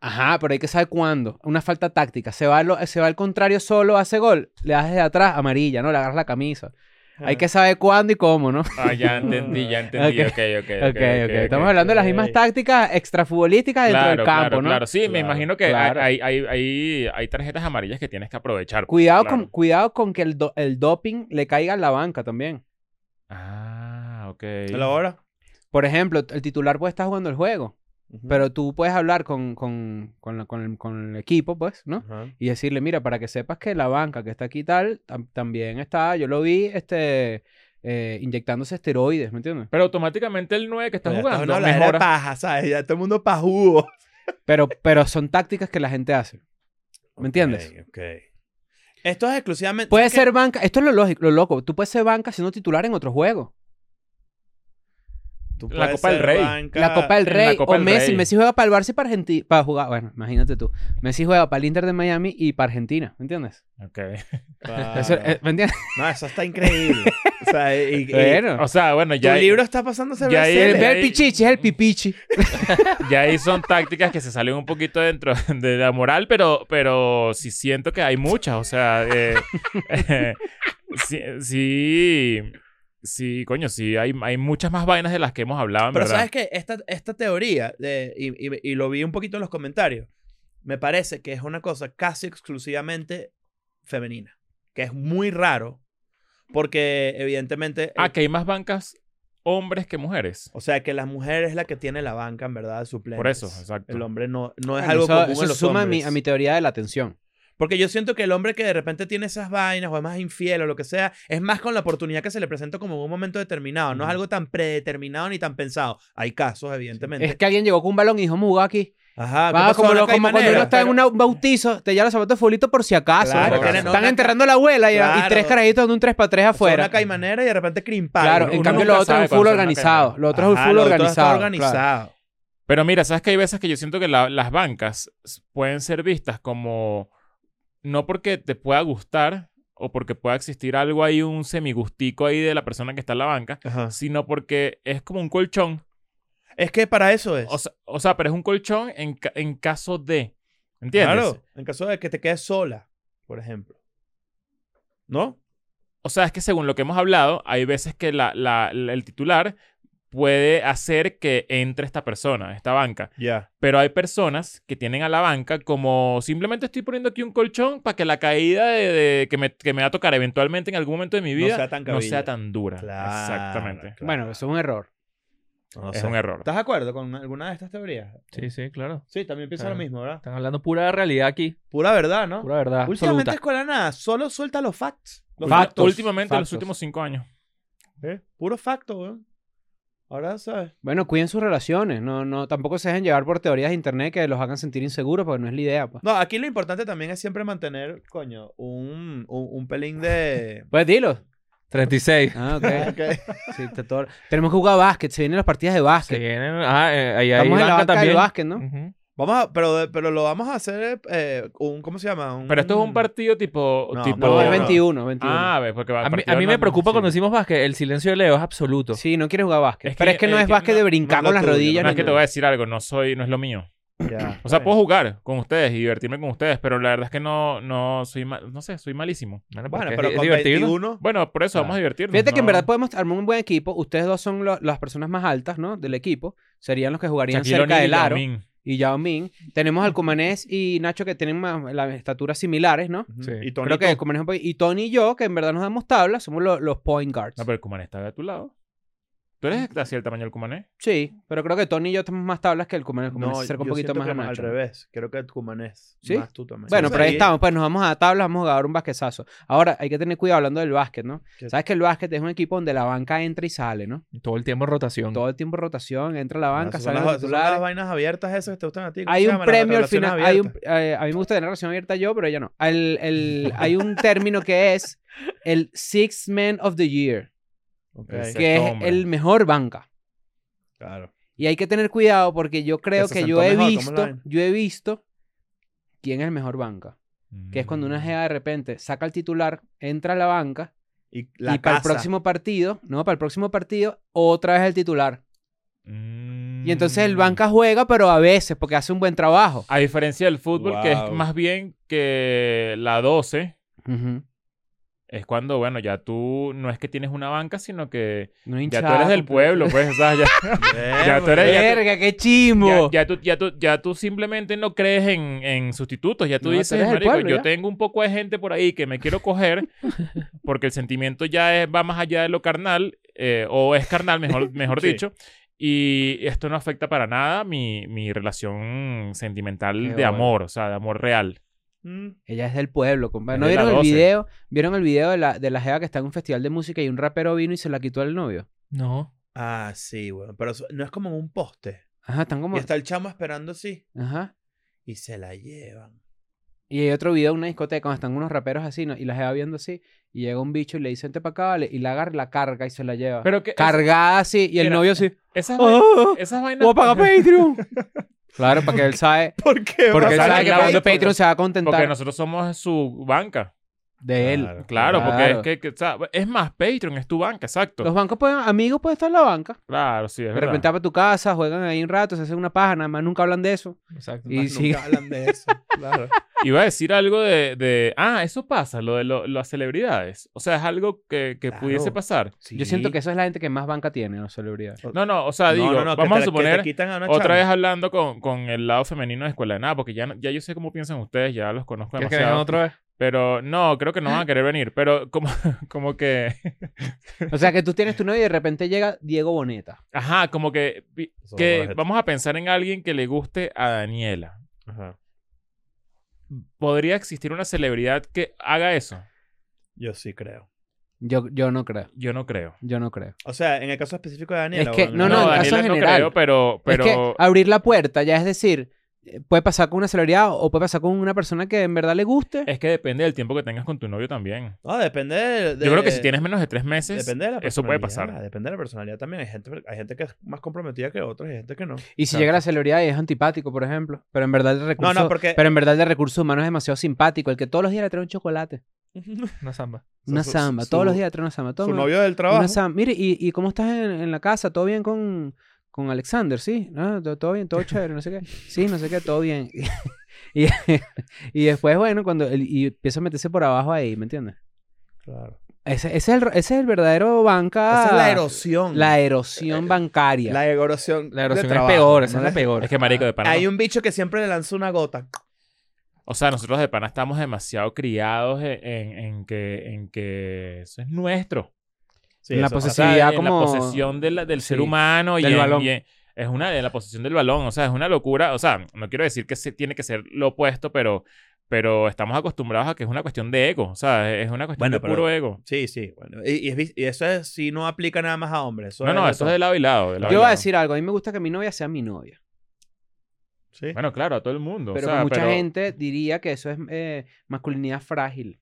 C: Ajá, pero hay que saber cuándo. Una falta táctica. Se va, lo- se va al contrario solo, hace gol. Le das desde atrás amarilla, ¿no? Le agarras la camisa. Hay que saber cuándo y cómo, ¿no?
A: Ah, ya entendí, ya entendí.
C: Ok.
A: Ok, ok, ok.
C: Ok, ok. Estamos hablando de las mismas
B: ok.
C: tácticas extrafutbolísticas dentro
A: claro,
C: del campo,
A: claro,
C: ¿no?
A: claro. Sí, me
B: Claro,
A: imagino que
C: claro.
A: hay, hay, hay, hay tarjetas amarillas que tienes que aprovechar.
C: Cuidado,
A: claro.
C: con, cuidado con que el, do- el doping le caiga a la banca también.
A: Ah, ok.
B: ¿A la hora?
C: Por ejemplo, el titular puede estar jugando el juego, pero tú puedes hablar con, con, con, la- con el, con el equipo, pues, ¿no?
B: Ajá.
C: Y decirle, mira, para que sepas que la banca que está aquí tal, tam- también está, yo lo vi, este, eh, inyectándose esteroides, ¿me entiendes?
A: Pero automáticamente el 9 que estás
B: Oye,
A: jugando
B: una habladera de
A: mejora.
B: paja, ¿sabes? Ya todo el mundo pajugo.
C: Pero, pero son tácticas que la gente hace. ¿Me entiendes?
B: Ok, ok. Esto es exclusivamente...
C: Puede
B: ¿sabes qué?
C: ser banca, esto es lo lógico, lo loco. Tú puedes ser banca siendo titular en otro juego.
B: Tú
A: La
B: puedes
A: Copa del
B: ser
A: Rey.
B: banca-
C: La Copa del
A: en la
C: Rey
A: Copa
C: o
A: del
C: Messi.
A: Rey.
C: Messi juega para el Barça y para Argentina. Para jugar, bueno, imagínate tú. Messi juega para el Inter de Miami y para Argentina, ¿me entiendes?
A: Ok.
B: Claro.
C: Eso, eh, ¿Me entiendes?
B: Ah, No, eso está increíble. o sea, y, y-
A: O sea, bueno,
B: tu
A: ya,
B: libro está pasando ese
A: ya ahí-
C: el,
B: bestseller.
A: ahí-
C: el pichichi es el pipichi.
A: ya ahí son tácticas que se salen un poquito dentro de la moral, pero, pero sí siento que hay muchas. O sea, eh, eh, sí, sí, sí, coño, sí, hay, hay muchas más vainas de las que hemos hablado, en
B: Pero
A: verdad.
B: sabes que esta, esta teoría, de- y, y- y lo vi un poquito en los comentarios, me parece que es una cosa casi exclusivamente femenina, que es muy raro, porque evidentemente, eh,
A: Ah, que hay más bancas hombres que mujeres.
B: o sea, que la mujer es la que tiene la banca, en verdad, de suplentes.
A: Por eso, exacto.
B: El hombre no, no es
C: Bueno,
B: algo
C: eso
B: común
C: eso
B: en los
C: suma a mi,
B: hombres.
C: a mi teoría de la atención.
B: Porque yo siento que el hombre que de repente tiene esas vainas o es más infiel o lo que sea, es más con la oportunidad que se le presenta como en un momento determinado. No es algo tan predeterminado ni tan pensado. Hay casos, evidentemente.
C: Es que alguien llegó con un balón y dijo, "Muga aquí.
B: Ajá, Ah, ¿qué
C: Va,
B: pasó?
C: como,
B: Una
C: lo- como cuando
B: caimanera.
C: uno está en
B: Pero-
C: una- un bautizo, te llevan los zapatos de fulito por si acaso.
B: Claro,
C: Por si
A: tienen
B: una
C: acaso. Están
B: ca-
C: enterrando a la abuela y, y
B: Claro.
C: tres carajitos de un 3 para 3
B: O sea,
C: afuera.
B: Una caimanera y de repente crimpado.
C: Claro,
B: Uno-
C: en
B: uno
C: cambio
B: nunca
C: lo otro es
A: sabe
C: un
A: cuando
C: full
A: se van a
C: organizado.
A: caer.
C: Lo otro es un
B: Ajá,
C: full
B: lo otro está
C: organizado. claro.
B: organizado.
A: Pero mira, sabes que hay veces que yo siento que la- las bancas s- pueden ser vistas como no porque te pueda gustar o porque pueda existir algo ahí, un semigustico ahí de la persona que está en la banca,
B: Ajá.
A: sino porque es como un colchón.
B: Es que para eso es.
A: O sea, o sea, pero es un colchón en, ca- en caso de. ¿Entiendes?
B: Claro, en caso de que te quedes sola, por ejemplo. ¿No?
A: O sea, es que según lo que hemos hablado, hay veces que la- la- la- el titular puede hacer que entre esta persona, esta banca.
B: Ya.
A: Pero hay personas que tienen a la banca como simplemente estoy poniendo aquí un colchón para que la caída de, de- que, me, que me va a tocar eventualmente en algún momento de mi
B: No
A: vida
B: sea tan
A: no sea
B: cabilla.
A: tan dura.
B: Claro,
A: Exactamente.
B: claro.
C: Bueno, eso es un error.
B: No
A: Es
B: sé.
A: un error.
B: ¿Estás de acuerdo con alguna de estas teorías?
D: Sí, sí, claro.
B: Sí, también piensa
D: Claro.
B: lo mismo, ¿verdad?
D: Están hablando pura realidad aquí.
B: Pura verdad, ¿no?
D: Pura verdad.
B: Últimamente
D: absoluta.
B: escuela nada, solo suelta los facts. Los
C: Fact.
B: factos.
C: Factos,
A: Últimamente, en los
C: factos.
A: últimos cinco años.
B: ¿Eh? Puro facto, weón. Ahora sabes.
C: Bueno, cuiden sus relaciones. No, no, tampoco se dejen llevar por teorías de internet que los hagan sentir inseguros porque no es la idea. Pues,
B: No, aquí lo importante también es siempre mantener, coño, un, un, un pelín de.
C: pues dilo.
D: 36.
C: Ah, ok.
B: Ok.
C: Sí, te todo- Tenemos que jugar básquet. Se vienen las partidas de
D: Se
C: básquet.
D: vienen. Ah, eh, ahí hay
C: Estamos en la
D: banca
C: banca del
D: también.
C: básquet, ¿no?
D: Ujú.
B: Vamos a, pero, pero lo vamos a hacer eh, un, ¿cómo se llama?
A: Pero esto es un partido tipo.
B: Mm. No,
A: tipo-
C: No,
B: Bueno.
C: es 21, 21.
A: Ah, a ver, porque va
D: A mí,
A: partido
D: a mí
A: no-
D: me preocupa
A: sí.
D: cuando decimos básquet, el silencio de Leo es absoluto.
C: Sí, no quieres jugar básquet.
A: Es
C: Pero
A: que-
C: es que no
A: es
C: es,
A: que
C: básquet
A: no-
C: de brincar
B: no es lo
C: con las
B: tuyo,
C: rodillas.
A: No,
B: no
C: ni
A: es que te
C: nada.
A: voy a decir algo, no soy, no es lo mío.
B: Ya,
A: O sea,
B: bueno.
A: puedo jugar con ustedes y divertirme con ustedes, pero la verdad es que no, no soy mal, no sé, soy malísimo.
D: Bueno,
B: Bueno,
D: porque
B: pero
D: es,
B: con
D: divertido.
B: 21.
A: Bueno, por eso
D: Ah.
A: vamos a divertirnos.
C: Fíjate que en
A: no-
C: verdad podemos armar un buen equipo. Ustedes dos son lo- las personas más altas, ¿no? Del equipo. Serían los que jugarían
A: Shaquille
C: cerca
A: O'Neal y
C: del
A: Yao
C: aro.
A: Ming.
C: Y Yao Ming. Tenemos al Cumanés y Nacho que tienen más, las estaturas similares, ¿no?
B: Ujú.
D: Sí.
B: Y Tony,
C: Creo que el Cumanés es un poquito- Y Tony y yo, que en verdad nos damos tablas, somos lo- los point guards.
A: No, pero el Kuman está de tu lado. ¿Tú eres así el tamaño del cumané?
C: Sí, pero creo que Tony y yo estamos más tablas que el Kuman. El Kuman se acerca un
B: yo
C: poquito
B: siento
C: más
B: que
C: a
B: al
C: Nacho.
B: revés. Creo que Tucumán es
C: ¿Sí?
B: más tu tamaño.
C: Bueno,
B: Sí,
C: pero ahí
B: sí.
C: estamos, pues nos vamos a tablas, vamos a jugar un basquetazo. Ahora, hay que tener cuidado hablando del básquet, ¿no?
B: ¿Qué?
C: Sabes que el básquet es un equipo donde la banca entra y sale, ¿no?
D: Todo el tiempo en rotación.
C: Todo el tiempo rotación, entra la
B: Mm. Ah,
C: banca,
B: esas son
C: sale
B: las, esas son las vainas abiertas esas que te gustan a ti. ¿cómo
C: Hay
B: se
C: un
B: llaman? Las
C: premio al
B: relaciones
C: final. Hay un,
B: abiertas.
C: eh, a mí me gusta tener relación abierta yo, pero ella no. El- el- hay un término que es el Six Man of the Year,
B: Ok,
A: Ese
C: que es
A: hombre.
C: el mejor banca.
B: Claro.
C: Y hay que tener cuidado porque yo creo
B: se
C: que
B: sentó
C: yo he
B: mejor, ¿cómo es la
C: visto,
B: vaina?
C: yo he visto quién es el mejor banca. Que es cuando una
A: Mm.
C: GA de repente saca el titular, entra a la banca
B: Y la
C: y para
B: casa.
C: el próximo partido, no, para el próximo partido, otra vez el titular. Y entonces el
A: Mm.
C: banca juega, pero a veces, porque hace un buen trabajo.
A: A diferencia del fútbol, que es
B: Wow.
A: más bien que la 12,
C: Ujú.
A: es cuando, bueno, ya tú no es que tienes una banca, sino que
C: No
A: ya tú
C: hinchada,
A: eres del
C: completo.
A: pueblo, pues, o sea, ya,
B: Verga,
A: tú eres- ya-
C: Verga, qué
A: ya,
C: chimbo.
A: ya tú, ya, tú, ya tú simplemente no crees en, en sustitutos, ya tú
C: No, tú
A: dices,
C: eres del
A: "Marico,
C: pueblo,
A: yo
C: ya".
A: tengo un poco de gente por ahí que me quiero coger, porque el sentimiento ya es- va más allá de lo carnal, eh, o es carnal, mejor, mejor
B: Sí.
A: dicho. Y esto no afecta para nada mi, mi relación sentimental
C: Qué
A: de
C: bueno.
A: amor, o sea, de amor real.
B: Mm.
C: Ella es del pueblo, compadre.
A: Es
C: ¿No
A: de la
C: vieron el
A: 12.
C: video? ¿Vieron el video de la, de la jeva que está en un festival de música y un rapero vino y se la quitó al novio?
D: No.
B: Ah, sí, bueno. Pero eso- no es como en un poste.
C: Ajá, están como...
B: Y está el chamo esperando así.
C: Ajá.
B: Y se la llevan.
C: Y hay otro video en una discoteca donde están unos raperos así, ¿no? Y la jeva viendo así. Y llega un bicho y le dice, vente para acá, vale", Y la agarra y la carga y se la lleva.
A: Pero que es-
C: Cargada así. Y el
A: Mira,
C: novio así.
A: esas,
C: ¡Ah!
A: vainas- esas vainas...
C: ¡Voy a pagar Patreon! claro, para que él sabe.
B: ¿Por qué?
C: Porque él
A: sabe
C: sabe que
A: claro,
C: pagando
A: porque-
C: Patreon se va a
A: Porque
C: contentar
A: nosotros somos su banca.
C: de él.
B: Claro.
A: Claro, porque
C: Claro.
A: es que, que, o sea, es más Patreon, es tu banca, exacto.
C: Los bancos pueden... Amigos pueden estar en la banca.
A: Claro, sí, es
C: De
A: verdad.
C: repente van para tu casa, juegan ahí un rato, se hacen una paja, nada más nunca hablan de eso.
D: Exacto.
C: Y
B: Más
C: sí.
B: nunca hablan de eso. Claro.
A: Iba a decir algo de, de- Ah, eso pasa, lo de lo- las celebridades. O sea, es algo que, que
B: Claro.
A: pudiese pasar.
C: Yo siento
B: Sí.
C: que eso es la gente que más banca tiene, los celebridades.
A: No, no, o sea, digo,
B: No, no, no, que
A: vamos
B: te-
A: a
B: que te
A: suponer...
B: quitan a una
A: Otra
B: chama.
A: vez hablando con, con el lado femenino de Escuela de Nada, porque ya, no- ya yo sé cómo piensan ustedes, ya los conozco
D: ¿Quieres que vengan
A: demasiado.
D: otra vez?
A: Pero no, creo que no van a querer venir. Pero como, como que...
C: O sea, que tú tienes tu novio y de repente llega Diego Boneta.
A: Ajá, como que... vi-
B: Eso
A: que
B: no lo es.
A: vamos a pensar en alguien que le guste a Daniela.
B: Ajá.
A: ¿Podría existir una celebridad que haga eso?
B: Yo sí creo.
C: Yo, yo no creo.
A: Yo no creo.
C: Yo no creo.
B: O sea, en el caso específico de Daniela.
C: que-
B: bueno,
C: no, no, en el caso
A: Daniela no
C: general.
A: creo, pero... pero...
C: Es que abrir la puerta, ya es decir, eh, puede pasar con una celebridad o puede pasar con una persona que en verdad le guste.
A: Es que depende del tiempo que tengas con tu novio también.
B: No, depende de, de-
A: Yo creo que si tienes menos de tres meses,
B: Depende de la
A: eso puede
B: personalidad,
A: pasar.
B: Depende de la personalidad también. Hay gente, hay gente que es más comprometida que otros y hay gente que no.
C: Y si llega la celebridad y es antipático, por ejemplo. Pero en verdad el recurso,
B: No, no, porque...
C: pero en verdad el de recursos humanos es demasiado simpático. El que todos los días le trae un chocolate,
D: Una samba.
C: una
B: su-
C: samba.
B: su-
C: todos los días le trae una samba.
B: Su
C: Toma,
B: novio del
C: una
B: trabajo.
C: samba. Mire, ¿y, y cómo estás en, en la casa? ¿Todo bien con, con Alexander? Sí, ¿No? ¿Todo, todo bien, todo chévere, no sé qué. Sí, no sé qué, todo bien. y, y después, bueno, cuando el- y empieza a meterse por abajo ahí, ¿me entiendes?
B: Claro.
C: Ese, ese es, el, ese es el verdadero banca.
B: Esa es la erosión.
C: Ah, La erosión bancaria.
B: La erosión.
D: La
B: de
D: erosión es
B: trabajo.
D: peor,
B: No
D: esa es la
B: es-
D: peor.
A: Es que marico de pana.
B: Hay un bicho que siempre le lanza una gota.
A: O sea, nosotros de pana estamos demasiado criados en, en- en que, en que eso es nuestro.
B: Sí,
C: En la
B: eso pasa.
A: O sea,
C: Posesividad
A: en
C: como-
A: la posesión de la- del ser
C: Sí,
A: humano y,
D: del
A: en-
D: balón.
A: y en- es una de la posesión del balón. O sea, es una locura. O sea, no quiero decir que se, tiene que ser lo opuesto, pero, pero estamos acostumbrados a que es una cuestión de ego. O sea, es una cuestión
B: Bueno,
A: de
B: pero-
A: puro ego.
B: Sí, sí. Bueno, y, y es vi- y eso es si no aplica nada más a hombres. Eso
A: No,
B: es
A: no,
B: de
A: eso
B: todo.
A: es de lado y lado. de lado y
C: Yo voy a
A: lado.
C: decir algo. A mí me gusta que mi novia sea mi novia.
B: Sí.
A: Bueno, claro, a todo el mundo. o
C: Pero
A: sea,
C: que mucha
A: pero-
C: gente diría que eso es eh, masculinidad frágil.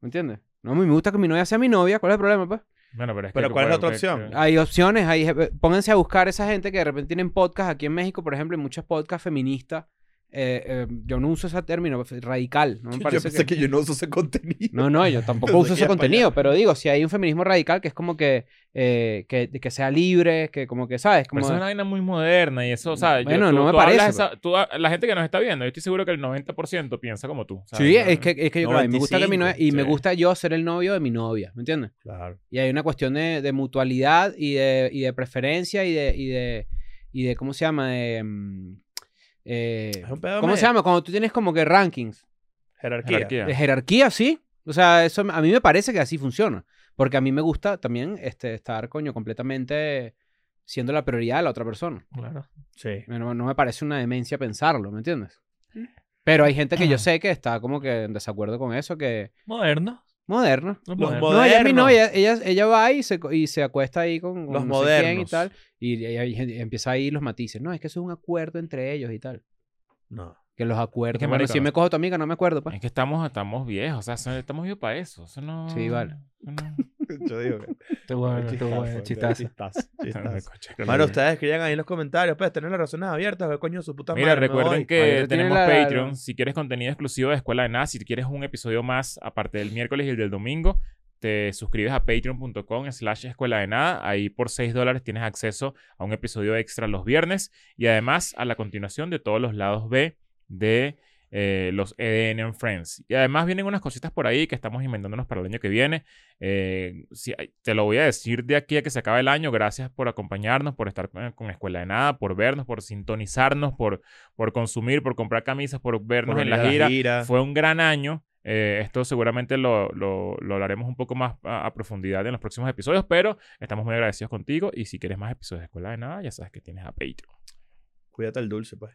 C: ¿Me entiendes? No, a mí me gusta que mi novia sea mi novia. ¿Cuál es el problema, pues?
A: Bueno, pero es
B: Pero
A: que,
B: ¿cuál es la
A: bueno,
B: otra
A: que-
B: opción?
A: que-
C: Hay opciones, hay, eh, pónganse a buscar esa gente que de repente tienen podcast aquí en México, por ejemplo, y muchos podcasts feministas. Eh, eh, yo no uso ese término, fe- radical. No me
B: yo
C: parece
B: pensé que... yo no uso ese contenido.
C: No, no, yo tampoco
B: Pensé
C: uso
B: que
C: ese
B: ibas pa'
C: contenido,
B: allá.
C: pero digo, si hay un feminismo radical que es como que, eh, que, que sea libre, que como que, ¿sabes?
A: Pero
C: Como,
A: eso es una vaina muy moderna y eso, o sea, yo-
C: Bueno,
A: tú-
C: no me
A: tú hablas
C: parece, pues.
A: esa- tú ha- la gente que nos está viendo, yo estoy seguro que el 90% piensa como tú. ¿sabes?
C: sí,
A: Yo-
C: es que, es que yo creo, a mí me gusta que mi novia, y me
A: 95, sí.
C: gusta yo ser el novio de mi novia, ¿me entiendes?
B: Claro.
C: Y hay una cuestión de, de mutualidad y de, y de preferencia y de, y de, y de, ¿cómo se llama? De, mm, eh,
B: Es un pedo
C: ¿Cómo
B: medio-
C: se llama? Cuando tú tienes como que rankings.
B: Jerarquía.
A: jerarquía.
C: De jerarquía, sí. O sea, eso a mí me parece que así funciona. Porque a mí me gusta también este, estar, coño, completamente siendo la prioridad de la otra persona.
D: Claro.
B: Sí.
C: No, no me parece una demencia pensarlo, ¿me entiendes? Pero hay gente que yo sé que está como que en desacuerdo con eso, que
D: Moderno.
C: moderno.
D: No,
B: Los
D: moderno.
C: No, ella, es mi
B: Moderno.
C: novia, ella, ella va y se, co- y se acuesta ahí con, con
B: Los
C: no sé quién y
B: modernos.
C: tal. Y, y ahí gen- empieza ahí los matices. No, es que eso es un acuerdo entre ellos y tal.
B: No.
C: Que los acuerdos.
A: Es que,
C: bueno,
A: marico,
C: si
A: no-
C: me cojo a tu amiga, no me acuerdo. Pues.
A: Es que estamos, estamos viejos, o sea, son- estamos viejos para eso. eso no,
C: Sí, vale.
A: eso no-
B: Yo digo que.
D: Te bueno, te bueno, chistazo.
B: Bueno, ustedes escriban ahí en los comentarios, pues, tener las razones abiertas, ver coño su puta madre.
A: Mira,
B: me
A: recuerden
B: voy.
C: Ahorita
A: que
C: tiene
A: tenemos
C: la- la-
A: Patreon. Si quieres contenido exclusivo de Escuela de Nada, si quieres un episodio más aparte del miércoles y el del domingo, te suscribes a patreon.com slash escuela de nada. Ahí por 6 dólares tienes acceso a un episodio extra los viernes y además a la continuación de todos los lados B de eh, los EDN and Friends. Y además vienen unas cositas por ahí que estamos inventándonos para el año que viene. Eh, si- te lo voy a decir de aquí a que se acabe el año. Gracias por acompañarnos, por estar con, con Escuela de Nada, por vernos, por sintonizarnos, por, por consumir, por comprar camisas, por vernos
B: Por
A: en
B: venir
A: la
B: a
A: gira. Fue un gran año. Eh, esto seguramente lo, lo- lo hablaremos un poco más a, a profundidad en los próximos episodios, pero estamos muy agradecidos contigo. Y si quieres más episodios de Escuela de Nada, ya sabes que tienes a Patreon.
B: Cuídate el dulce, pues.